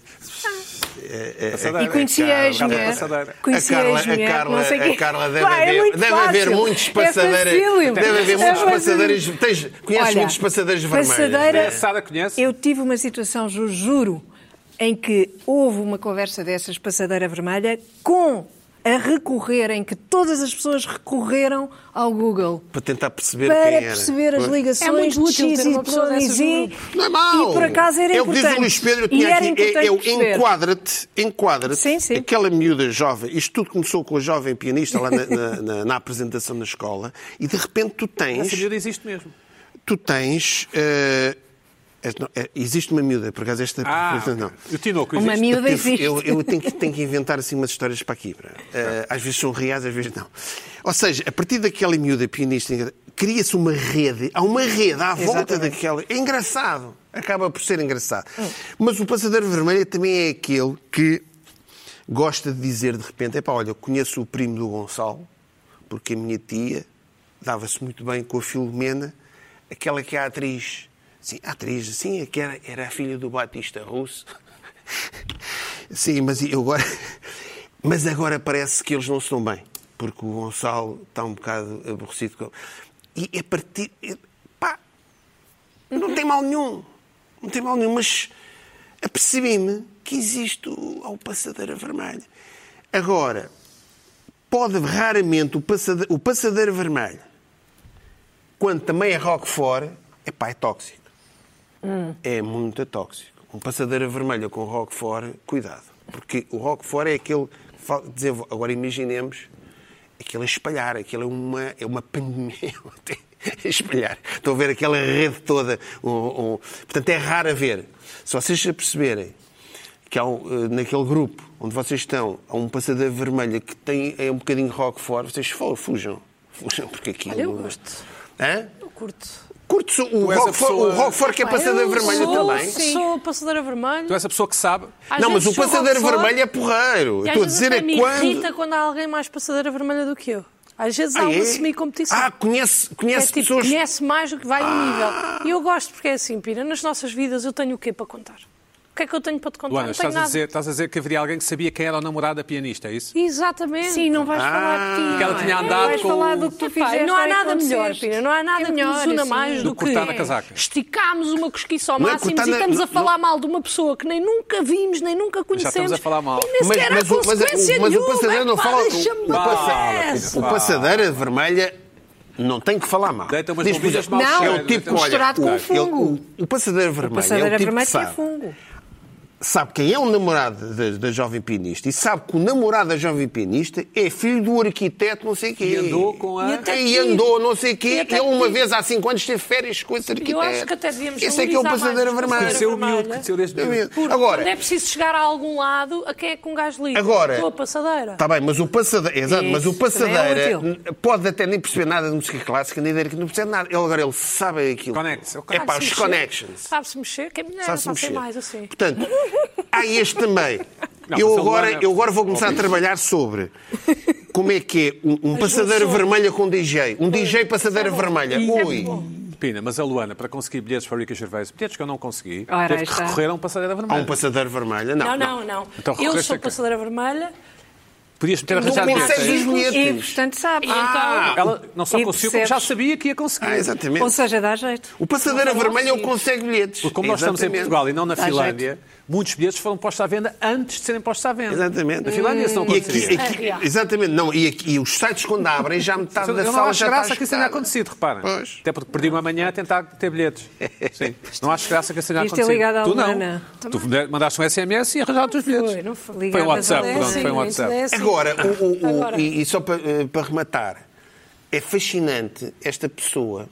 É, um E conhecia as mulheres. passadeira. Conhecia A Carla- as mulheres. a Carla- não sei quê. a Carla deve Pá, é haver- muito deve haver fácil. muitos É passadeiras- facílimo. deve haver É muitos facílimo. passadeiras- tens- conheces Olha, muitos passadeiras vermelhas, passadeira- não é? A Sara conhece? Eu tive uma situação, ju- juro, em que houve uma conversa dessas, passadeira vermelha, com a recorrer, em que todas as pessoas recorreram ao Google. Para tentar perceber para quem era. perceber as Pois. ligações É muito de útil X, ter uma pessoa Y e dessas no Z. grupo. Não é mau. E por acaso era é o que importante. diz o Luís Pedro, eu E tinha era aqui, é, importante é o perceber. enquadra-te, enquadra-te. Sim, sim. Aquela miúda jovem, isto tudo começou com a jovem pianista lá na, na- na- na apresentação na escola, e de repente tu tens. Essa miúda existe mesmo. tu tens. eh, eh, não, eh, existe uma miúda, por acaso esta. Ah, Então não. o Tinoco Uma existe. miúda Eu- existe. Eu, eu tenho, que, tenho que inventar assim umas histórias para aqui. para- eh, às vezes são reais, às vezes não. Ou seja, a partir daquela miúda pianista, cria-se uma rede. Há uma rede à volta daquela. É engraçado. Acaba por ser engraçado. Hum. Mas o Passadeiro Vermelho também é aquele que gosta de dizer de repente: é pá, olha, eu conheço o primo do Gonçalo, porque a minha tia dava-se muito bem com a Filomena, aquela que é a atriz. Sim, a atriz, sim, é que era, era a filha do Batista Russo. Sim, mas eu agora. Mas agora parece que eles não estão bem, porque o Gonçalo está um bocado aborrecido com. E a partir. Pá, não tem mal nenhum. Não tem mal nenhum, mas apercebi-me que existe o- ao passadeira vermelha. Agora, pode raramente o passade- o passadeira, vermelho, quando também é roquefort, é pá, é tóxico. É muito tóxico. Um passadeira vermelha com roquefort, cuidado. Porque o roquefort é aquele... que fa- desenvol- Agora imaginemos, aquele a espalhar, aquele é uma, é uma pandemia. a espalhar. Estão a ver aquela rede toda. o- o- Portanto, é raro ver. Se vocês se aperceberem que há, um, eh, naquele grupo onde vocês estão, há um passadeiro vermelho que tem é um bocadinho roquefort, vocês fo- fujam. Fujam, porque aquilo... Olha, eu gosto. Hã? Eu curto. Curtes o, o és a Roquefort, pessoa- o Roquefort que é passadeira Eu vermelha sou- também. Sou passadeira vermelha. Tu és a pessoa que sabe. Ah, Às não, mas vezes o sou passadeiro roquefort. vermelho é porreiro. E Eu às Estou a vezes dizer até é me quando. irrita quando há alguém mais passadeira vermelha do que eu. Às vezes há Ah, uma é? semi-competição. Ah, conhece, É conhece tipo, pessoas. Ah. conhece mais do que vai um nível. E eu gosto porque é assim, Pina, nas nossas vidas eu tenho o quê para contar? O que é que eu tenho para te contar? Luana, não tenho estás a, nada. dizer, estás a dizer que haveria alguém que sabia quem era o namorado da pianista, é isso? Exatamente. Sim, não Ah. vais falar de ti. Que ela não é? tinha andado não vais com falar o- do que tu Epá, fizeste. não há ou nada aconteceste. melhor, Pina. Não há nada É que nos una assim. mais do, Do que cortar a casaca. esticámos uma cosquiça ao Não é máximo cortar e na- estamos a não- falar mal de uma pessoa que nem nunca vimos, nem nunca Já conhecemos. estamos a falar mal. E nem sequer há o- mas, consequência o- mas o nenhuma. passadeiro não Epá, fala. deixa-me o, na passa, paz. o passadeira vermelha não tem que falar mal. Deita umas Diz, por bombinhas exemplo, mal então. é o cheias, tipo que deita umas- olha. Misturado com o- fungo. ele- O, o passadeiro vermelho. é Passadeira o tipo que vermelha tinha sabe, fungo. sabe quem é o namorado da, da jovem pianista e sabe que o namorado da jovem pianista é filho do arquiteto, não sei quê. E andou com a- E E, até andou, não sei quê. até Ele uma aqui. vez há cinco anos teve férias com esse arquiteto. Eu acho que até devíamos Esse é que é o valorizar passadeiro mais o vermelho. Conheceu passadeiro o miúdo, vermelha. né? conheceu desde É miúdo. mesmo. Quando é Agora, preciso chegar a algum lado, a quem é que um gajo liga? Agora- tá Com a passadeira. Está bem, mas o passadeira, exato, mas o Isso, também é passadeira útil. pode até nem perceber nada de música clássica, nem ideia que não percebe nada. Ele agora ele sabe aquilo. Conecta-se, ok. É pá, os Sabe-se mexer? connections. Sabe-se mexer? Quem me dera, Sabe-se sabe-se mexer. É, mais assim. Portanto, há este também. Não, mas eu, a agora, Luana- eu agora vou começar a trabalhar sobre como é que é um, um passadeira vermelha com DJ. Um DJ passadeira é vermelha. Ui. Pina, mas a Luana, para conseguir bilhetes para Ricky Gervais, bilhetes que eu não consegui, Ora, teve aí que está. recorrer a um passadeira Há vermelha. um passadeira vermelha? Não, Não, não, não. Então eu recorreste sou a quem? passadeira vermelha. Podias ter Não arranjado consegues os bilhetes. é E, bilhetes. portanto, sabe. Ah, Ela não só E conseguiu, como já percebes. sabia que ia conseguir. Ah, Ou exatamente. seja, dá jeito. O passadeira vermelha é o que consegue bilhetes. Porque como nós estamos em Exatamente. Portugal e não na Dá Finlândia, muitos bilhetes foram postos à venda antes de serem postos à venda. Exatamente. Na Finlândia isso não E aqui- aconteceria. É aqui- exatamente, não. E, aqui- e os sites quando abrem já metade Eu da não sala acho já está graça que isso tenha esgotada. acontecido, repara. Pois. Até porque perdi uma manhã a tentar ter bilhetes. Sim. Não acho graça que isso tenha Devias ter acontecido. ligado à tu Almana. não. Tu mandaste um SMS e arranjaste os bilhetes. Foi, não foi. Foi um Ligadas WhatsApp, ao pronto, foi Sim, um não é WhatsApp. assim. Agora, o- o- o- Agora. E, e só para, eh, para rematar, é fascinante esta pessoa.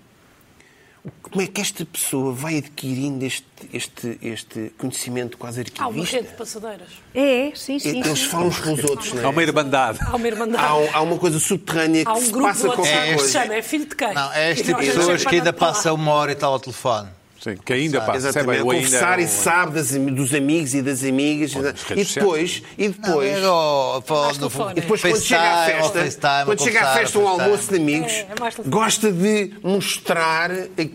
Como é que esta pessoa vai adquirindo este, este, este conhecimento quase Há uma rede de arquivista? passadeiras. É, é, sim, sim. Eles sim. falam uns com os outros, Há não uma é? irmandade. Há uma irmandade. Há, um- há uma coisa subterrânea Há que um se grupo passa do WhatsApp qualquer que se coisa. chama É Filho de Quem? Não, é este E tipo nós de já pessoas chamamos que ainda para lá. passam uma hora e tal ao telefone. Sim, que ainda, pá, Exatamente, percebe, o ainda conversar é e um- sabe das ami- dos amigos e das amigas. nas E redes depois, e Não, depois, é ao- ao- Mais no- é. telefone. E depois, quando FaceTime, chega à ao festa, FaceTime, quando ao chega à conversar, festa um ao almoço de amigos, É, é mais telefone. gosta de mostrar aquilo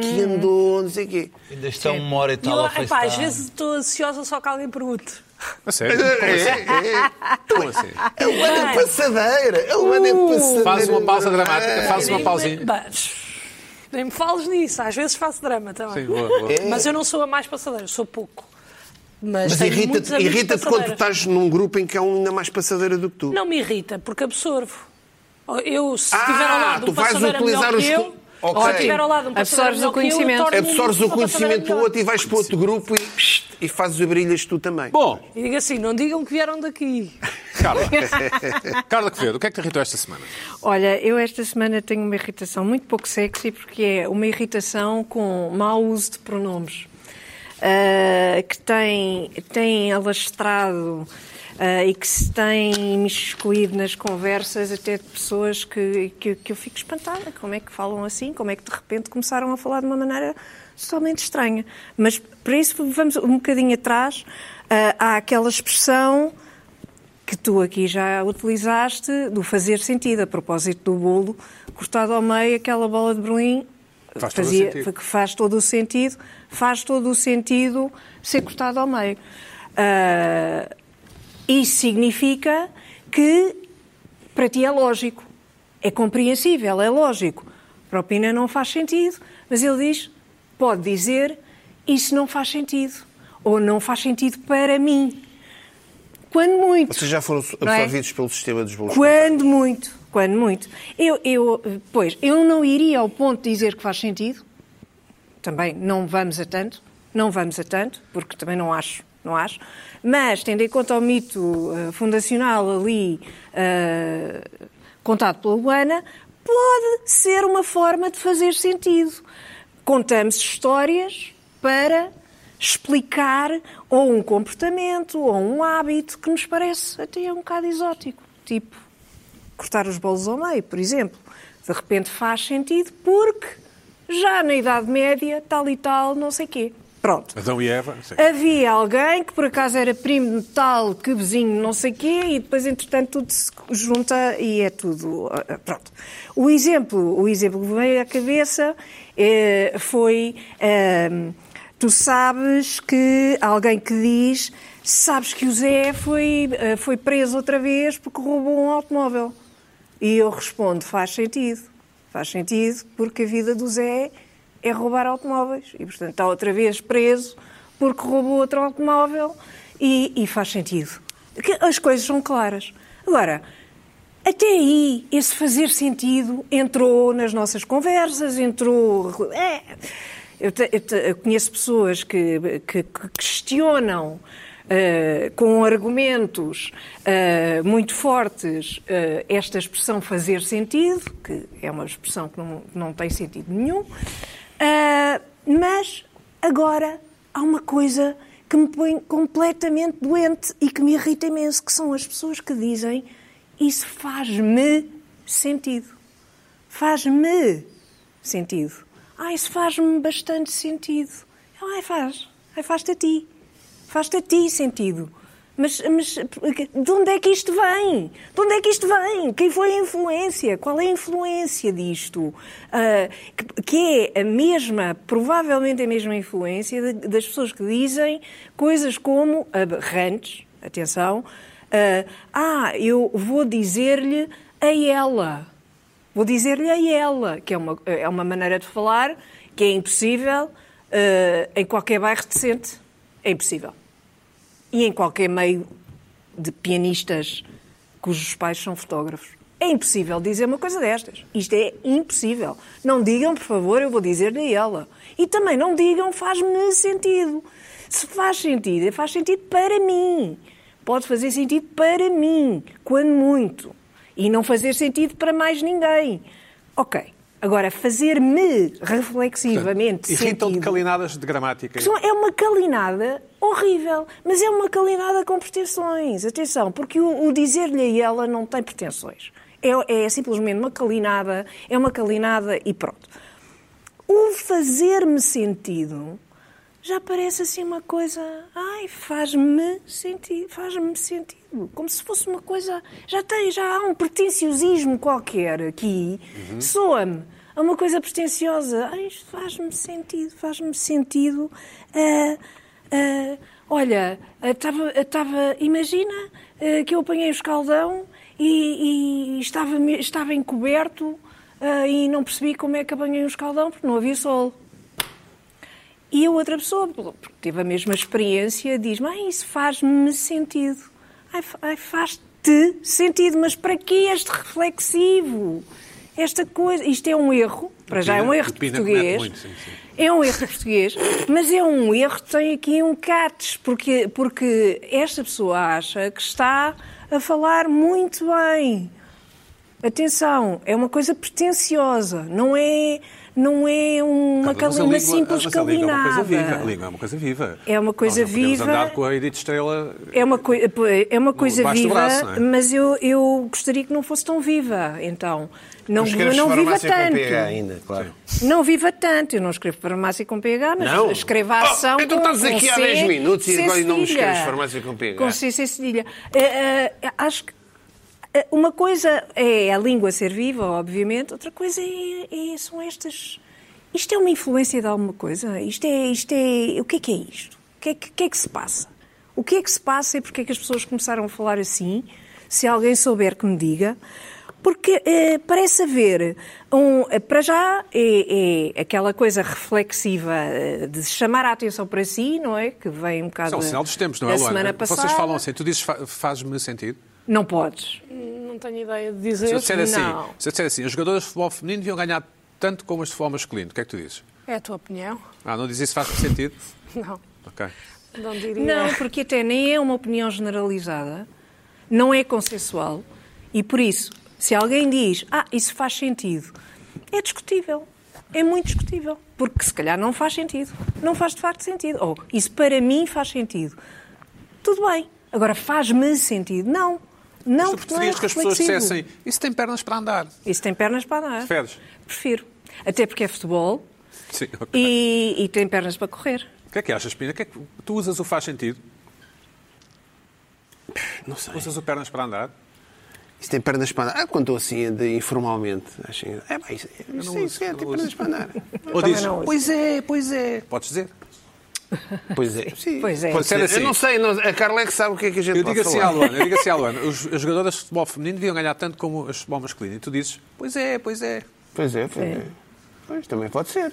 que Hum. andou, não sei o quê. FaceTime. Ainda estão uma hora e E tal eu, ao epá, às FaceTime. vezes estou ansiosa só que alguém pergunte. A É, sério? Como assim? A Luana é passadeira. A Luana é Uh. passadeira. É. Faz uma pausa dramática, faz um- uma pausinha. Mas, nem me fales nisso, às vezes faço drama também. Sim, boa, boa. É. Mas eu não sou a mais passadeira, sou pouco. Mas, Mas tenho muitos irrita-te amigos irrita quando tu passadeiras. estás num grupo em que há um ainda mais passadeira do que tu. Não me irrita, porque absorvo. Eu, se Ah, estiver ao lado de tu um vais passadeiro utilizar melhor os que eu, co- ou Ok. se estiver ao lado de um passadeiro Absorves melhor o que eu, eu conhecimento. torno-me Absorves uma o passadeira conhecimento do melhor. outro e vais para outro grupo e, psst, e fazes e brilhas tu também. Bom, E digo assim, não digam que vieram daqui. Carla. Carla Quevedo, o que é que te irritou esta semana? Olha, eu esta semana tenho uma irritação muito pouco sexy, porque é uma irritação com mau uso de pronomes, ah, que tem, tem alastrado ah, e que se tem miscuído nas conversas até de pessoas que, que, que eu fico espantada. Como é que falam assim? Como é que de repente começaram a falar de uma maneira totalmente estranha? Mas, para isso, vamos um bocadinho atrás. Ah, há aquela expressão que tu aqui já utilizaste do fazer sentido, a propósito do bolo, cortado ao meio, aquela bola de Berlim. Faz todo o fazia, sentido. que faz todo o sentido, faz todo o sentido ser cortado ao meio. Ah, isso significa que para ti é lógico, é compreensível, é lógico. Para o Pina não faz sentido, mas ele diz, pode dizer, isso não faz sentido, ou não faz sentido para mim. Quando muito. Vocês já foram Não é? absorvidos pelo sistema dos bolos. Quando muito, quando muito. Eu, eu, pois, eu não iria ao ponto de dizer que faz sentido. Também não vamos a tanto, não vamos a tanto, porque também não acho, não acho. Mas, tendo em conta o mito eh, fundacional ali eh, contado pela Luana, pode ser uma forma de fazer sentido. Contamos histórias para explicar ou um comportamento ou um hábito que nos parece até um bocado exótico, tipo cortar os bolos ao meio, por exemplo. De repente faz sentido porque já na Idade Média, tal e tal, não sei quê. Pronto. Adão e Eva? Sim. Havia alguém que por acaso era primo de tal, que vizinho, não sei quê, e depois entretanto tudo se junta e é tudo. ah, ah, Pronto. O exemplo, o exemplo que me veio à cabeça eh, foi. ah, Tu sabes que há alguém que diz, sabes que o Zé foi, eh, foi preso outra vez porque roubou um automóvel. E eu respondo, faz sentido. Faz sentido porque a vida do Zé é roubar automóveis. E, portanto, está outra vez preso porque roubou outro automóvel e, e faz sentido. Que As coisas são claras. Agora, até aí, esse fazer sentido entrou nas nossas conversas, entrou. É. Eu, te- eu te- eu conheço pessoas que, que- que questionam eh, com argumentos eh, muito fortes eh, esta expressão fazer sentido, que é uma expressão que não, não tem sentido nenhum, Ah, mas agora há uma coisa que me põe completamente doente e que me irrita imenso, que são as pessoas que dizem isso faz-me sentido. Faz-me sentido. Ah, isso faz-me bastante sentido. Ai, faz. Ai, faz-te a ti. Faz-te a ti sentido. Mas, mas de onde é que isto vem? De onde é que isto vem? Quem foi a influência? Qual é a influência disto? Ah, que, que é a mesma, provavelmente a mesma influência de- das pessoas que dizem coisas como aberrantes, atenção, ah, ah, eu vou dizer-lhe a ela. Vou dizer-lhe a ela, que é uma, é uma maneira de falar que é impossível eh, em qualquer bairro decente. É impossível. E em qualquer meio de pianistas cujos pais são fotógrafos. É impossível dizer uma coisa destas. Isto é impossível. Não digam, por favor, eu vou dizer-lhe a ela. E também não digam, faz-me sentido. Se faz sentido, faz sentido para mim. Pode fazer sentido para mim, quando muito. E não fazer sentido para mais ninguém. Ok. Agora, fazer-me reflexivamente Irritam-te sentido... calinadas de gramática. Só É uma calinada horrível, mas é uma calinada com pretensões. Atenção, porque o, o dizer-lhe a ela não tem pretensões. É, é simplesmente uma calinada, é uma calinada e pronto. O fazer-me sentido já parece assim uma coisa. Ai, faz-me sentido, faz-me sentido. Como se fosse uma coisa. Já tem, já há um pretenciosismo qualquer aqui. Soa-me a uma coisa pretenciosa. Ai, isto faz-me sentido, faz-me sentido. Ah, ah, olha, ah, estava. Imagina ah, que eu apanhei o escaldão e, e estava, me- estava encoberto ah, e não percebi como é que apanhei o escaldão porque não havia sol. E a outra pessoa, porque teve a mesma experiência, diz-me: "Ai, Isso faz-me sentido. Ai, fa- ai, faz-te sentido, mas para que este reflexivo? Esta coisa. Isto é um erro, para já é um Pina- erro o de Pina português. comete muito, sim, sim. É um erro de português, mas é um erro que tem aqui um catch, porque, porque esta pessoa acha que está a falar muito bem. Atenção, é uma coisa pretenciosa, não é, não é uma, Mas a cali- uma língua- simples mas a língua é uma coisa calinada. viva. A língua é uma coisa viva. É uma coisa Nós não podemos viva. andar com a Edith Estrela É uma, coi- é uma coisa Debaixo do viva, braço, não é? mas eu, eu gostaria que não fosse tão viva, então. Não, Os escreves não de viva farmácia com PH tanto. ainda, claro. Não viva tanto. Eu não escrevo farmácia com PH, mas Não? escrevo a ação. Oh, então com- estás com aqui há C, 10 minutos e C agora não me cedilha. escreves farmácia com PH. Com C, C cedilha. Eh, eh, acho que eh, uma coisa é a língua ser viva, obviamente, outra coisa é, é- são estas. Isto é uma influência de alguma coisa? Isto é. Isto é o que é que é isto? O que é que, o que é que se passa? O que é que se passa e porque é que as pessoas começaram a falar assim? Se alguém souber que me diga. Porque eh, parece haver, um, eh, para já, é, é aquela coisa reflexiva eh, de chamar a atenção para si, não é? Que vem um bocado Isso é um sinal dos tempos, não é, da Luana? semana passada. Vocês falam assim, tu dizes fa- faz-me sentido. Não podes. Não tenho ideia de dizer. Se eu disser assim, não. se eu disser assim, as jogadoras de futebol feminino deviam ganhar tanto como as de futebol masculino, o que é que tu dizes? É a tua opinião? Ah, não diz isso faz-me sentido? Não. Ok. Não diria. Não, porque até nem é uma opinião generalizada, não é consensual e por isso, se alguém diz, ah, isso faz sentido, é discutível. É muito discutível, porque se calhar não faz sentido. Não faz de facto sentido. Ou isso para mim faz sentido. Tudo bem. Agora faz-me sentido. Não. Mas Não, tu porque não é preferias que as pessoas reflexivo. dissessem, isso tem pernas para andar. Isso tem pernas para andar. Preferes? Prefiro. Até porque é futebol Sim, ok. e, e tem pernas para correr. O que é que achas, Pina? O que é que- tu usas o faz sentido? Não sei. Usas o pernas para andar? Isso tem pernas para andar. Ah, quando estou assim, de, informalmente. Acho engraçado. É, pá, isso, isso, não é- uso, é, não tem uso. pernas para andar. Ou dizes, não uso. pois é, pois é. Podes dizer. Pois é. Sim, Pois é. pode ser. Sendo assim. Eu não sei, não- a Carla é que sabe o que é que a gente Eu pode digo assim à falar. Luana, eu digo assim à Luana, os, as jogadoras de futebol feminino deviam ganhar tanto como as de futebol masculino. E tu dizes, pois é, pois é. Pois é, pois é. Pois também pode ser.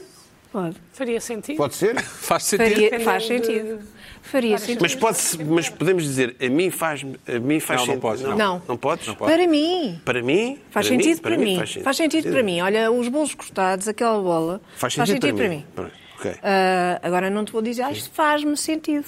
Pode. Faria sentido. Pode ser. Faz sentido. Faria, Dependendo faz de- sentido. Faria sentido. Mas, pode mas podemos dizer, a mim faz, a mim faz Não, não sentido. podes, não. Não. Não podes? Para mim. Para mim? Faz para sentido para mim. Faz sentido para mim. Olha, os bolos cortados, aquela bola. Faz sentido, para, mim. Pronto, ok. Ah, agora não te vou dizer, ah, isto faz-me sentido.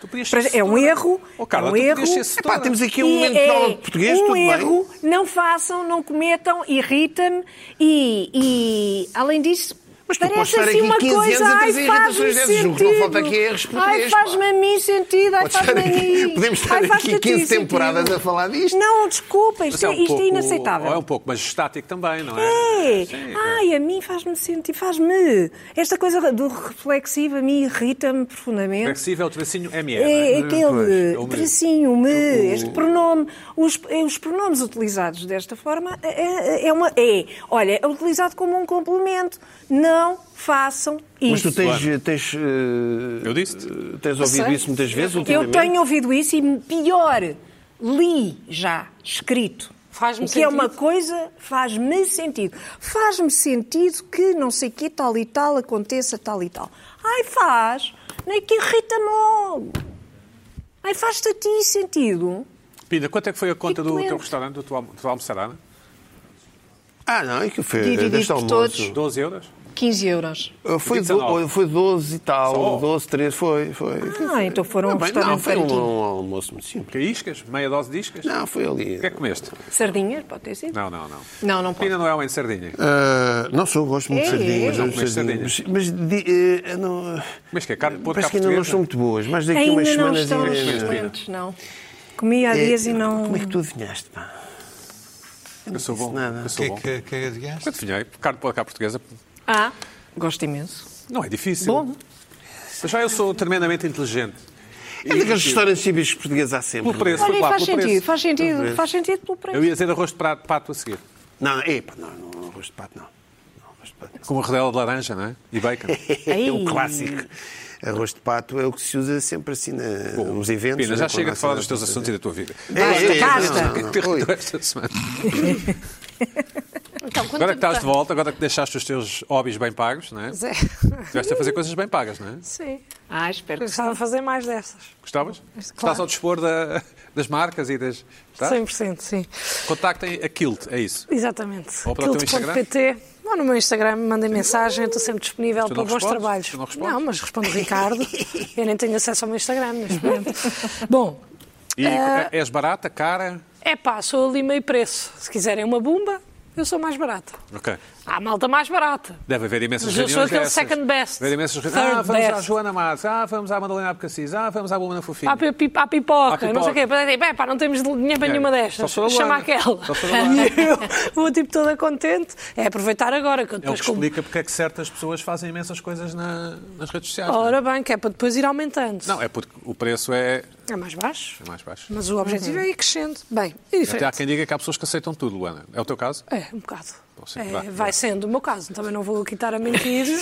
Tu podias Mas ser é um setora. erro, Oh, Carla, é um tu podias erro. ser setora. Epá, temos aqui um momento E de aula de português, um tudo bem. erro, não façam, não cometam, irrita-me e, e, além disso, Mas tu parece podes estar assim aqui uma 15 coisa, anos a ai, trazer irritações faz-me desses, sentido. julgo que não falta aqui erros ai, português, pá. faz-me a mim sentido, ai, Podes estar faz-me a aqui- mim. podemos estar Ai, faz-te aqui a ti 15 temporadas sentido. a falar disto. Não, desculpa, Mas um isto, é, isto é inaceitável. É um pouco mais estático também, não é? É! Sim, Ai, a mim faz-me sentir, faz-me. Esta coisa do reflexivo a mim irrita-me profundamente. Flexível, o tracinho ME. não É, é? aquele Pois, é o mesmo. tracinho, me, este pronome, os, é, os pronomes utilizados desta forma é, é- é uma. É, olha, é utilizado como um complemento. Não façam Mas isso. tu tens. tens eh, Eu disse-te. eh, Tens ouvido sei. isso muitas vezes Eu um ultimamente? tenho ouvido isso e, pior, li já, escrito. Faz-me o que é uma sentido. coisa, faz-me sentido. Faz-me sentido que não sei que tal e tal aconteça tal e tal. Ai, faz. Nem que irrita-me logo. Ai, faz-te a ti sentido. Pina, quanto é que foi a conta Fico do doente. teu restaurante, do teu, almo- do teu almoçarada? Ah, não, é que foi. Dividido deste por almoço. todos. 12 euros? 15 euros. Eh, Foi, do, 19. ou foi 12 e tal, Só? 12, 13, foi. foi. Ah, então foram a um não, bem, não, restaurante foi um, baratinho. um almoço muito simples. Que iscas? Meia dose de iscas? Não, foi ali. O que é que comeste? Sardinhas, pode ter sido? Não, não, não. Não, não pode. Pina não é homem de sardinha. Ah, não sou, gosto muito de É, sardinhas. é. gosto de Não comeste sardinhas. Mas, mas di- eh, não, Mas que é carne de porco parece à que ainda não portuguesa? estão muito boas. Mas daqui umas Ainda não semanas estão irei- excelentes, não. Comi há dias e não. Como é que tu adivinhaste, pá? Eu sou bom. nada. Eu O que sou é bom. que, que adivinhaste? Eu adivinhei, carne de porco à portuguesa Ah, gosto imenso. não é difícil. Mas já eu sou tremendamente inteligente. É daqueles restaurantes típicos portugueses há sempre. Hum. é? Pelo preço, Olha, foi e lá, faz pelo sentido, preço. faz sentido, faz sentido pelo preço. Eu ia dizer arroz de prato, pato a seguir. Não, não, epa, não, não, não arroz de pato, não. Não, arroz de pato. Com uma rodela de laranja, não é? E bacon. É um Ei. clássico. Arroz de pato é o que se usa sempre assim na, nos eventos. Pina, né, já com chega a de falar nossa- dos teus assuntos e da tua vida. É, é, é, não, Basta, basta. O não, que é que não. te Oi. irritou esta semana? Então, quanto Agora que tempo estás de volta, agora que deixaste os teus hobbies bem pagos, não é? Zé. Estiveste a fazer coisas bem pagas, não é? Sim. Ah, espero Eu que gostava de fazer mais dessas. Gostavas? Claro. Estás ao dispor da- das marcas e das. Tá? 100%, sim. Contactem a Kilt, é isso. Exatamente. Ou para o teu Quilte.pt. Ou no meu Instagram, me mandem mensagem, eu estou sempre disponível Tu para não bons respondes? trabalhos. Tu não respondes? mas respondo Ricardo. eu nem tenho acesso ao meu Instagram neste momento. Bom, E Eh, és barata, cara. é pá, sou ali meio preço. Se quiserem uma bomba, eu sou mais barata. Ok. Há malta mais barata. Deve haver imensas Mas eu reuniões sou aquele dessas. second best, Haver imensas reuniões. third Ah, vamos à best. Joana Matos. Ah, vamos à Madalena Abcacis. Ah, vamos à Lumana Fofinha. Há, pi- há pipoca, Há pipoca. não sei o quê. Bem, pá, não temos dinheiro para nenhuma É, destas. só sou a Chama Luana. aquela. Só sou a Luana. E eu vou tipo toda contente. É aproveitar agora, que eu É o que depois como- explica porque é que certas pessoas fazem imensas coisas na- nas redes sociais. não é? Ora bem, que é para depois ir aumentando. Não, é porque o preço é, É mais baixo, é mais baixo. mas o objetivo é ir crescendo. Bem, é diferente. Até há quem diga que há pessoas que aceitam tudo, Luana. É o teu caso? É, um bocado. sim, É, vá, vai, vá. sendo o meu caso, também não vou quitar a mentir.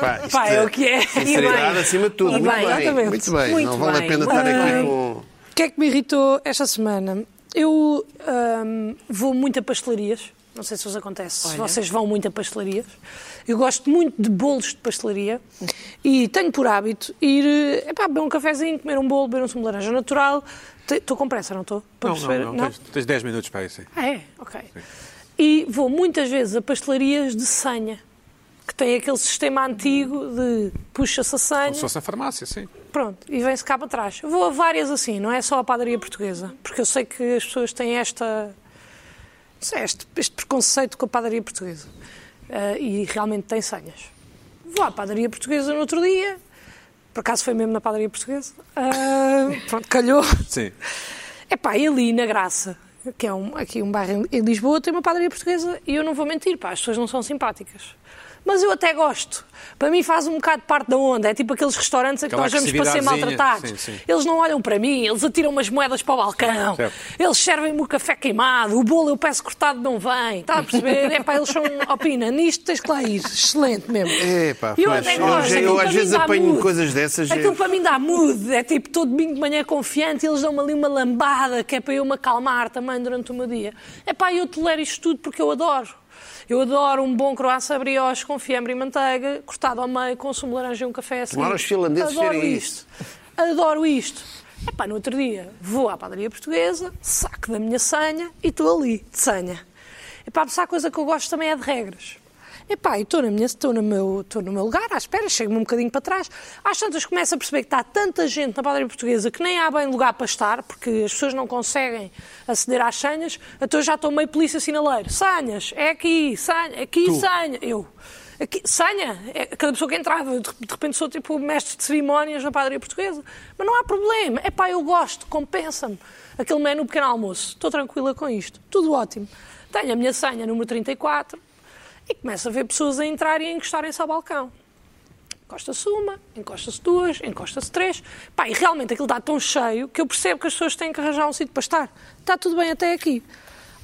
Pá, isto Pá, é o que é. E Sinceridade bem. acima de tudo. E Muito bem, bem, exatamente. muito bem. Não Muito vale a bem, pena muito estar aqui bem. com. O que é que me irritou esta semana? Eu hum, vou muito a pastelarias. Não sei se vos acontece, se vocês vão muito a pastelarias. Eu gosto muito de bolos de pastelaria e tenho por hábito ir eh, epá, beber um cafezinho, comer um bolo, beber um sumo de laranja natural. Estou com pressa, não estou? Para Não, perceber? não, não. Tens, tens 10 minutos para isso. sim. Ah, é? Ok. E vou muitas vezes a pastelarias de senha, que tem aquele sistema antigo de puxa-se a senha. Como se fosse na farmácia, sim. Pronto, e vem-se cá para trás. Eu vou a várias assim, não é só a padaria portuguesa, porque eu sei que as pessoas têm esta, não sei, este, este preconceito com a padaria portuguesa. Ah, e realmente têm senhas. Vou à padaria portuguesa no outro dia, por acaso foi mesmo na padaria portuguesa. Ah, pronto, calhou. Sim. É pá, ali na Graça, que é um, aqui um bairro em- em Lisboa, tem uma padaria portuguesa e eu não vou mentir, pá, as pessoas não são simpáticas. Mas eu até gosto. Para mim faz um bocado parte da onda. É tipo aqueles restaurantes a que Aquela nós vamos para ser agressividadezinha. maltratados. Sim, sim. Eles não olham para mim, eles atiram umas moedas para o balcão, Certo. eles servem-me o café queimado, o bolo eu peço cortado não vem. Está a perceber? É pá, eles são opina. Nisto tens que lá ir. Excelente mesmo. Epá, eu pois, até eu- gosto. eu às Aquilo para mim vezes dá apanho mood. coisas dessas, é- Aquilo para mim dá mood. É tipo todo domingo de manhã confiante, eles dão-me ali uma lambada que é para eu me acalmar também durante o meu dia. É pá, eu tolero isto tudo porque eu adoro. Eu adoro um bom croissant brioche com fiambre e manteiga, cortado ao meio, consumo de laranja e um café assim. Tomara os finlandeses Adoro serem isto. Adoro isto. Epá, no outro dia vou à padaria portuguesa, saco da minha senha e estou ali, de senha. Epá, mas há coisa que eu gosto também é de regras. Epá, e estou na minha- estou no, meu- estou no meu lugar, à espera, chego-me um bocadinho para trás. Às tantas começo a perceber que está tanta gente na padaria portuguesa que nem há bem lugar para estar, porque as pessoas não conseguem aceder às senhas, então eu já estou meio polícia sinaleiro. Senhas, é aqui, senha, aqui, senha. Eu, Aqui, senha, é, cada pessoa que entrava, eu de, de repente sou tipo mestre de cerimónias na padaria portuguesa. Mas não há problema, é pá, eu gosto, compensa-me. Aquele menu pequeno almoço, estou tranquila com isto, tudo ótimo. Tenho a minha senha número 34 e começo a ver pessoas a entrarem e a encostarem-se ao balcão. Encosta-se uma, encosta-se duas, encosta-se três. Pá, e realmente aquilo está tão cheio que eu percebo que as pessoas têm que arranjar um sítio para estar. Está tudo bem até aqui.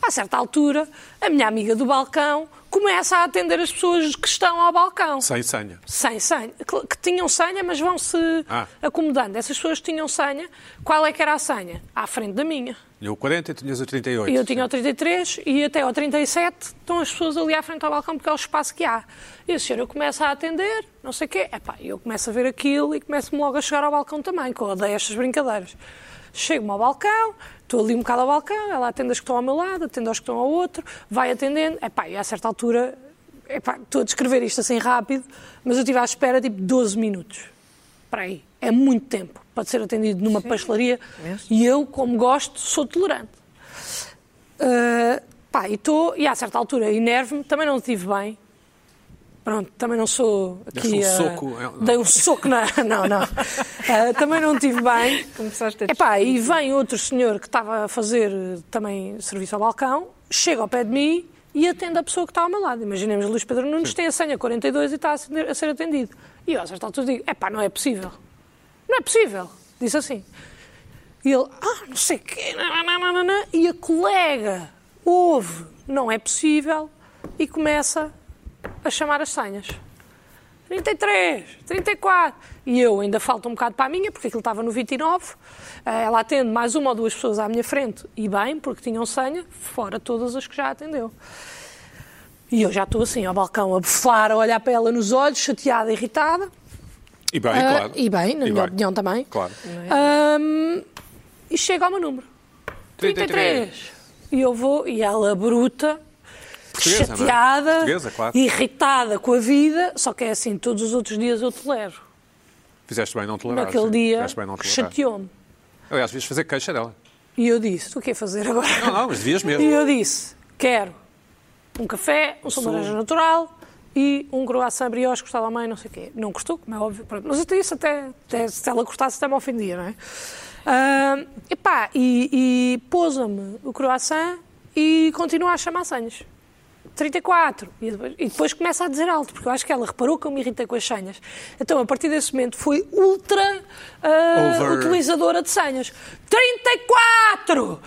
A certa altura, a minha amiga do balcão começa a atender as pessoas que estão ao balcão. Sem senha. Sem senha. Que, que tinham senha, mas vão-se Ah. acomodando. Essas pessoas que tinham senha, qual é que era a senha? À frente da minha. Tinha o 40 e tinhas o 38. E eu tinha o 33 e até ao 37 estão as pessoas ali à frente ao balcão porque é o espaço que há. E a senhora começa a atender, não sei o quê. Epá, eu começo a ver aquilo e começo-me logo a chegar ao balcão também, que eu odeio estas brincadeiras. Chego-me ao balcão, estou ali um bocado ao balcão, ela atende as que estão ao meu lado, atende aos que estão ao outro, vai atendendo. Epá, e a certa altura, epá, estou a descrever isto assim rápido, mas eu estive à espera tipo 12 minutos para aí. É muito tempo para ser atendido numa pastelaria e eu, como gosto, sou tolerante. Ah, pá, e estou, e a certa altura, enervo-me, também não estive bem. Pronto, também não sou aqui. Deste um ah, soco, é- Dei um soco na. Não, não. Ah, também não estive bem. Começaste a Epá, e vem outro senhor que estava a fazer eh, também serviço ao balcão, chega ao pé de mim e atende a pessoa que está ao meu lado. Imaginemos Luís Pedro Nunes tem a senha 42 e está a ser, a ser atendido. E eu, a certa altura, digo: epá, não é possível. Não é possível. Disse assim. E ele, ah, não sei o quê, nananana, e a colega ouve, não é possível, e começa a chamar as senhas. 33, 34. E eu ainda falta um bocado para a minha, porque aquilo estava no 29. Eh, Ela atende mais uma ou duas pessoas à minha frente, e bem, porque tinham senha, fora todas as que já atendeu. E eu já estou assim ao balcão a bufar, a olhar para ela nos olhos, chateada, irritada. E bem, Ah, claro. E bem, na E minha bem. opinião também. é? Claro. Ahm, e chega ao meu número. 33. 33. E eu vou, e ela bruta, Portuguesa, não é? chateada, Portuguesa, claro. irritada com a vida, só que é assim, todos os outros dias eu tolero. Fizeste bem não tolerar. Naquele sim. dia, Fizeste bem não tolerar. chateou-me. Aliás, devias fazer queixa dela. E eu disse, o que é fazer agora? Não, não, mas devias mesmo. E eu disse, quero um café, um sumo de laranja natural e um croissant brioche cortado à mãe, não sei o quê. Não gostou, como é óbvio. pronto. Mas até isso, até, até se ela cortasse, até me ofendia, não é? Ah, epá, e, e pôs-me o croissant e continua a chamar senhas. 34. E depois, e depois começa a dizer alto, porque eu acho que ela reparou que eu me irritei com as senhas. Então, a partir desse momento, foi ultra ah, Over. utilizadora de senhas. 34!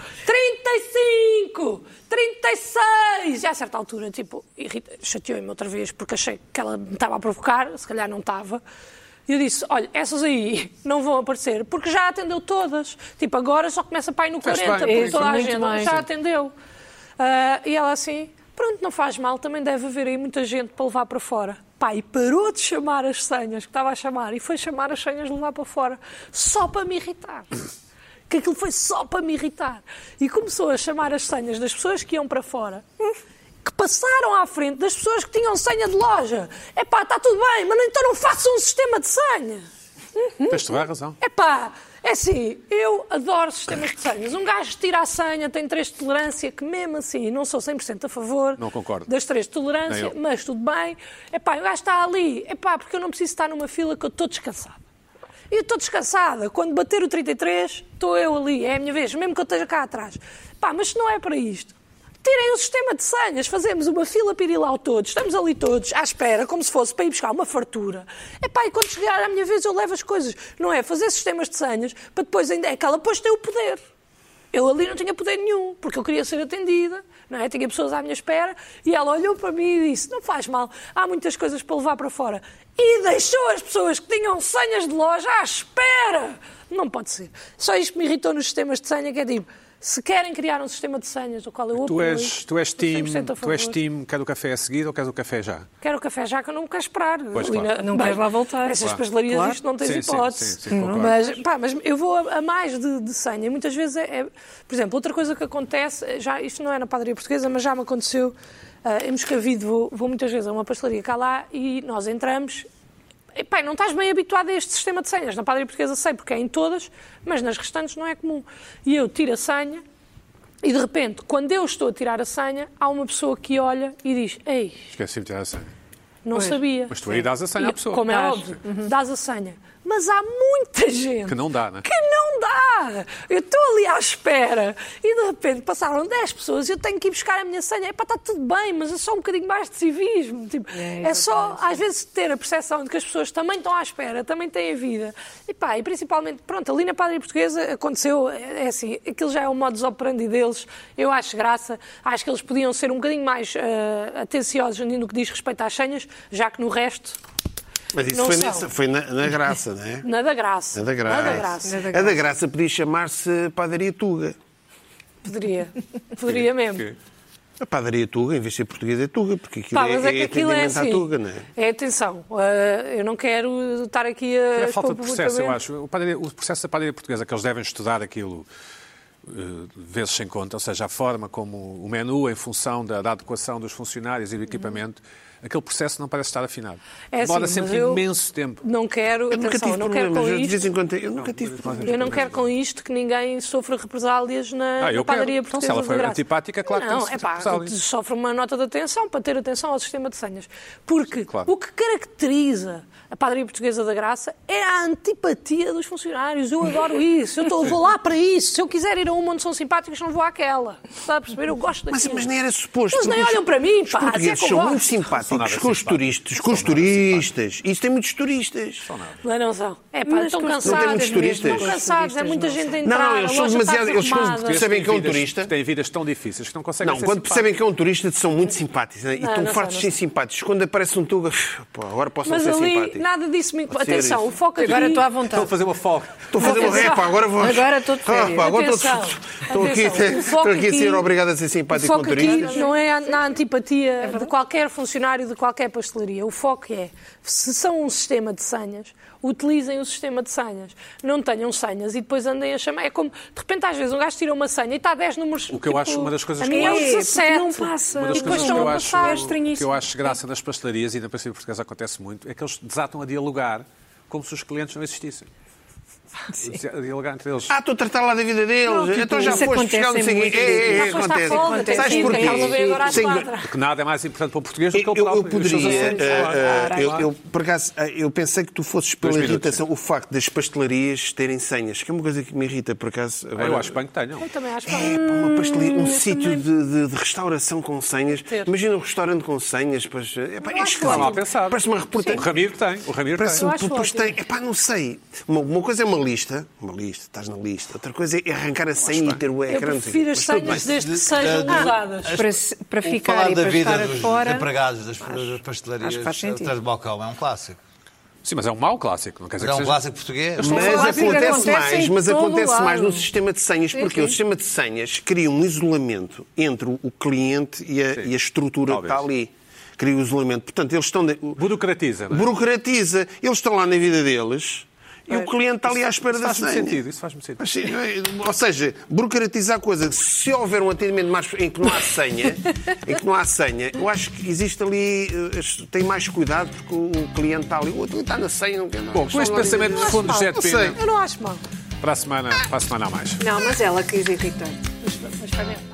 35! 36! E a certa altura, tipo, irrita- chateou-me outra vez, porque achei que ela me estava a provocar, se calhar não estava. E eu disse, olha, essas aí não vão aparecer, porque já atendeu todas. Tipo, agora só começa para ir no Fez 40, bem, porque toda a muito gente bem. já atendeu. Ah, e ela assim, pronto, não faz mal, também deve haver aí muita gente para levar para fora. Pai, parou de chamar as senhas que estava a chamar e foi chamar as senhas de levar para fora, só para me irritar. Que aquilo foi só para me irritar. E começou a chamar as senhas das pessoas que iam para fora, que passaram à frente das pessoas que tinham senha de loja. É pá, está tudo bem, mas então não façam um sistema de senha. Tens toda a razão. Epá, Hum? é assim, eu adoro sistemas de senhas. Um gajo tira a senha, tem três de tolerância, que mesmo assim, não sou 100% a favor Não concordo. das três de Nem tolerância, eu. mas tudo bem. Epá, o gajo está ali, epá, porque eu não preciso estar numa fila que eu estou descansada. E eu estou descansada, quando bater o 33, estou eu ali, é a minha vez, mesmo que eu esteja cá atrás. Pá, mas se não é para isto, Tirem o sistema de senhas, fazemos uma fila pirilau todos, estamos ali todos, à espera, como se fosse para ir buscar uma fartura. Epá, e quando chegar à minha vez eu levo as coisas. Não é fazer sistemas de senhas para depois ainda... É que ela depois tem o poder. Eu ali não tinha poder nenhum, porque eu queria ser atendida, não é? Tinha pessoas à minha espera e ela olhou para mim e disse: Não faz mal, há muitas coisas para levar para fora. E deixou as pessoas que tinham senhas de loja à espera. Não pode ser. Só isto me irritou nos sistemas de senha, que é tipo: se querem criar um sistema de senhas, do qual eu Tu és, tu és apoio, time, 100% a tu és favor. time, quer o café a seguir ou queres o café já? Quero o café já que eu não quero esperar. Pois, Ali claro. na- Não queres lá voltar. Essas Claro. pastelarias, Claro. isto não tens Sim, sim, hipótese. sim, sim, concordo. mas, pá, mas eu vou a, a mais de, de senha. Muitas vezes é, é- Por exemplo, outra coisa que acontece, já, isto não é na padaria portuguesa, mas já me aconteceu ah, em Moscavide. Vou, vou muitas vezes a uma pastelaria cá lá e nós entramos. E, pá, não estás bem habituado a este sistema de senhas. Na padaria portuguesa sei, porque é em todas, mas nas restantes não é comum. E eu tiro a senha e, de repente, quando eu estou a tirar a senha, há uma pessoa que olha e diz: Ei, Esqueci-me de tirar a senha. não sabia. Mas tu aí dás a senha à E, pessoa. Como é Dás. óbvio, dás a senha. Mas há muita gente Que não dá, né? que não dá. Eu estou ali à espera e de repente passaram 10 pessoas e eu tenho que ir buscar a minha senha. Epá, está tudo bem, mas é só um bocadinho mais de civismo. Tipo, é, só, às vezes, ter a percepção de que as pessoas também estão à espera, também têm a vida. E pá, e principalmente, pronto, ali na Padaria Portuguesa aconteceu, é é assim, aquilo já é o modus operandi deles, eu acho graça, acho que eles podiam ser um bocadinho mais eh, atenciosos no que diz respeito às senhas, já que no resto, Mas isso Não foi, são. nessa- foi na, na graça, não é? nada graça. Na da graça. Nada graça. A da graça podia chamar-se Padaria Tuga. Poderia, poderia mesmo. A Padaria Tuga, em vez de ser portuguesa, é Tuga, porque aquilo Pá, mas é, é que aquilo é atendimento à assim. Tuga, não é? É, atenção, eh, eu não quero estar aqui a. É falta de expor processo, eu publicamente. acho. O, padaria- o processo da padaria portuguesa, que eles devem estudar aquilo eh, vezes sem conta, ou seja, a forma como o menu, em função da, da adequação dos funcionários e do equipamento, aquele processo não parece estar afinado. Uhum. É assim, Demora mas sempre eu- imenso tempo. Não quero, Eu nunca atenção, tive não quero com problemas. Eu, de vez isto. em quando, eu nunca tive problemas. Eu não quero com isto que ninguém sofra represálias na, Ah, eu na padaria quero. Então, se portuguesa. ela de foi graça. antipática, claro que não, tem-se de é pá, represálias. sofre uma nota de atenção para ter atenção ao sistema de senhas. Porque Claro. o que caracteriza a padaria portuguesa da graça é a antipatia dos funcionários. Eu adoro isso, eu tô- vou lá para isso. Se eu quiser ir a uma onde são simpáticos, não vou àquela. Está a perceber? Eu gosto Mas, daquilo. mas nem era suposto. Eles nem porque os- olham para mim, Os pá, portugueses assim é que eu são muito gosto. São nada simpáticos com os simpáticos. turistas. Com os turistas. Isso tem muitos turistas. Não, não são. É pá, estão não cansados. tem muitos turistas. Estão cansados, é muita gente a entrar. Não, não, eles a são loja está demasiado- eles são- desarrumada. Eles sabem têm que é um vidas- turista. Têm vidas tão difíceis que não conseguem Não, ser quando percebem simpáticos. que é um turista, são muito simpáticos. né? E Não, estão não são, fartos de ser não são. simpáticos. Quando aparece um tuga, "Uf, pá, agora posso Mas não ser ali, simpático. nada disso me. Pode ser Atenção, isso. o foco é aqui. Agora estou à Estão a vontade. fazer uma folga. Estou a fazer um Atenção. rap, agora vou. Agora estou de Ah, pá, férias. agora estou Atenção. estou aqui, Atenção. O estou foco aqui a ser aqui- obrigado a ser O simpático com foco aqui turistas. não é na antipatia de qualquer funcionário de qualquer pastelaria. O foco é, se são um sistema de senhas, utilizem o sistema de senhas. Não tenham senhas e depois andem a chamar. É como, de repente, às vezes um gajo tira uma senha e está a 10 números. O que eu acho- uma das coisas a que minha eu é o acho- porque 17. não passa. Uma E das depois coisas que estão a eu, passar. é acho, estranhíssimo. que eu acho graça nas pastelarias e na pastelaria portuguesa acontece muito é que eles desatam a dialogar como se os clientes não existissem. A dialogar entre eles. Ah, estou a tratar lá da vida deles. Não, tipo, então já isso foste, chegar não sei o acontece quê. muito. É, Já é, é, foste à acontece. folga, tem Sabes filho, porquê? tem alguma vez agora às Sem- quatro. Porque nada é mais importante para o português do que Eu, o próprio. assim. eu os seus poderia, assuntos, eh, claro. eh, Claro. eu, eu, por acaso, eh, eu pensei que tu fosses pela minutos, irritação, o facto das pastelarias terem senhas, que é uma coisa que me irrita, por acaso. Ah, eu acho bem que tenham. Eu também acho É, bem. pá, uma pastelaria, Hum, um sítio de, de- de restauração com senhas. Imagina um restaurante com senhas. Pois, é, pá, é acho esquisito. mal pensado. Parece uma reportagem. O Ramiro tem. O Ramiro Parece tem. Eu um acho depois ótimo. tem. Epá, não sei. Uma, uma coisa é uma lista. Uma lista, estás na lista. Outra coisa é arrancar a senha e ter o Eu ecrã. não sei o quê. prefiro as Mas tudo bem. senhas desde que De- sejam da- da- usadas. as- Para se- para o ficar falar e da para vida estar dos fora, empregados, das, das pastelarias, acho que faz sentido. atrás do balcão, é um clássico. Sim, mas é um mau clássico. Não quer dizer Mas é que um seja... clássico português. Mas Mas lá fica, acontece acontece em mais, mas todo acontece lado. mais no sistema de senhas, porque sim. o sistema de senhas cria um isolamento entre o cliente e a, e a estrutura Talvez. que está ali. Cria um isolamento. Portanto, eles estão. de- Burocratiza. não é? Burocratiza. Eles estão lá na vida deles e o cliente está ali à espera Isso da faz-me senha. sentido. Isso faz-me sentido. Mas, sim, Ou seja, burocratizar a coisa. Se houver um atendimento mais em que não há senha, em que não há senha, eu acho que existe ali, eh, tem mais cuidado porque o o cliente está ali, o outro está na senha, não quer nada. Bom, com este pensamento de fundo, José de Não sei. Pina, Eu não acho mal. para a semana, para a semana a mais. Não, mas ela quis irritar. Mas, mas foi mesmo.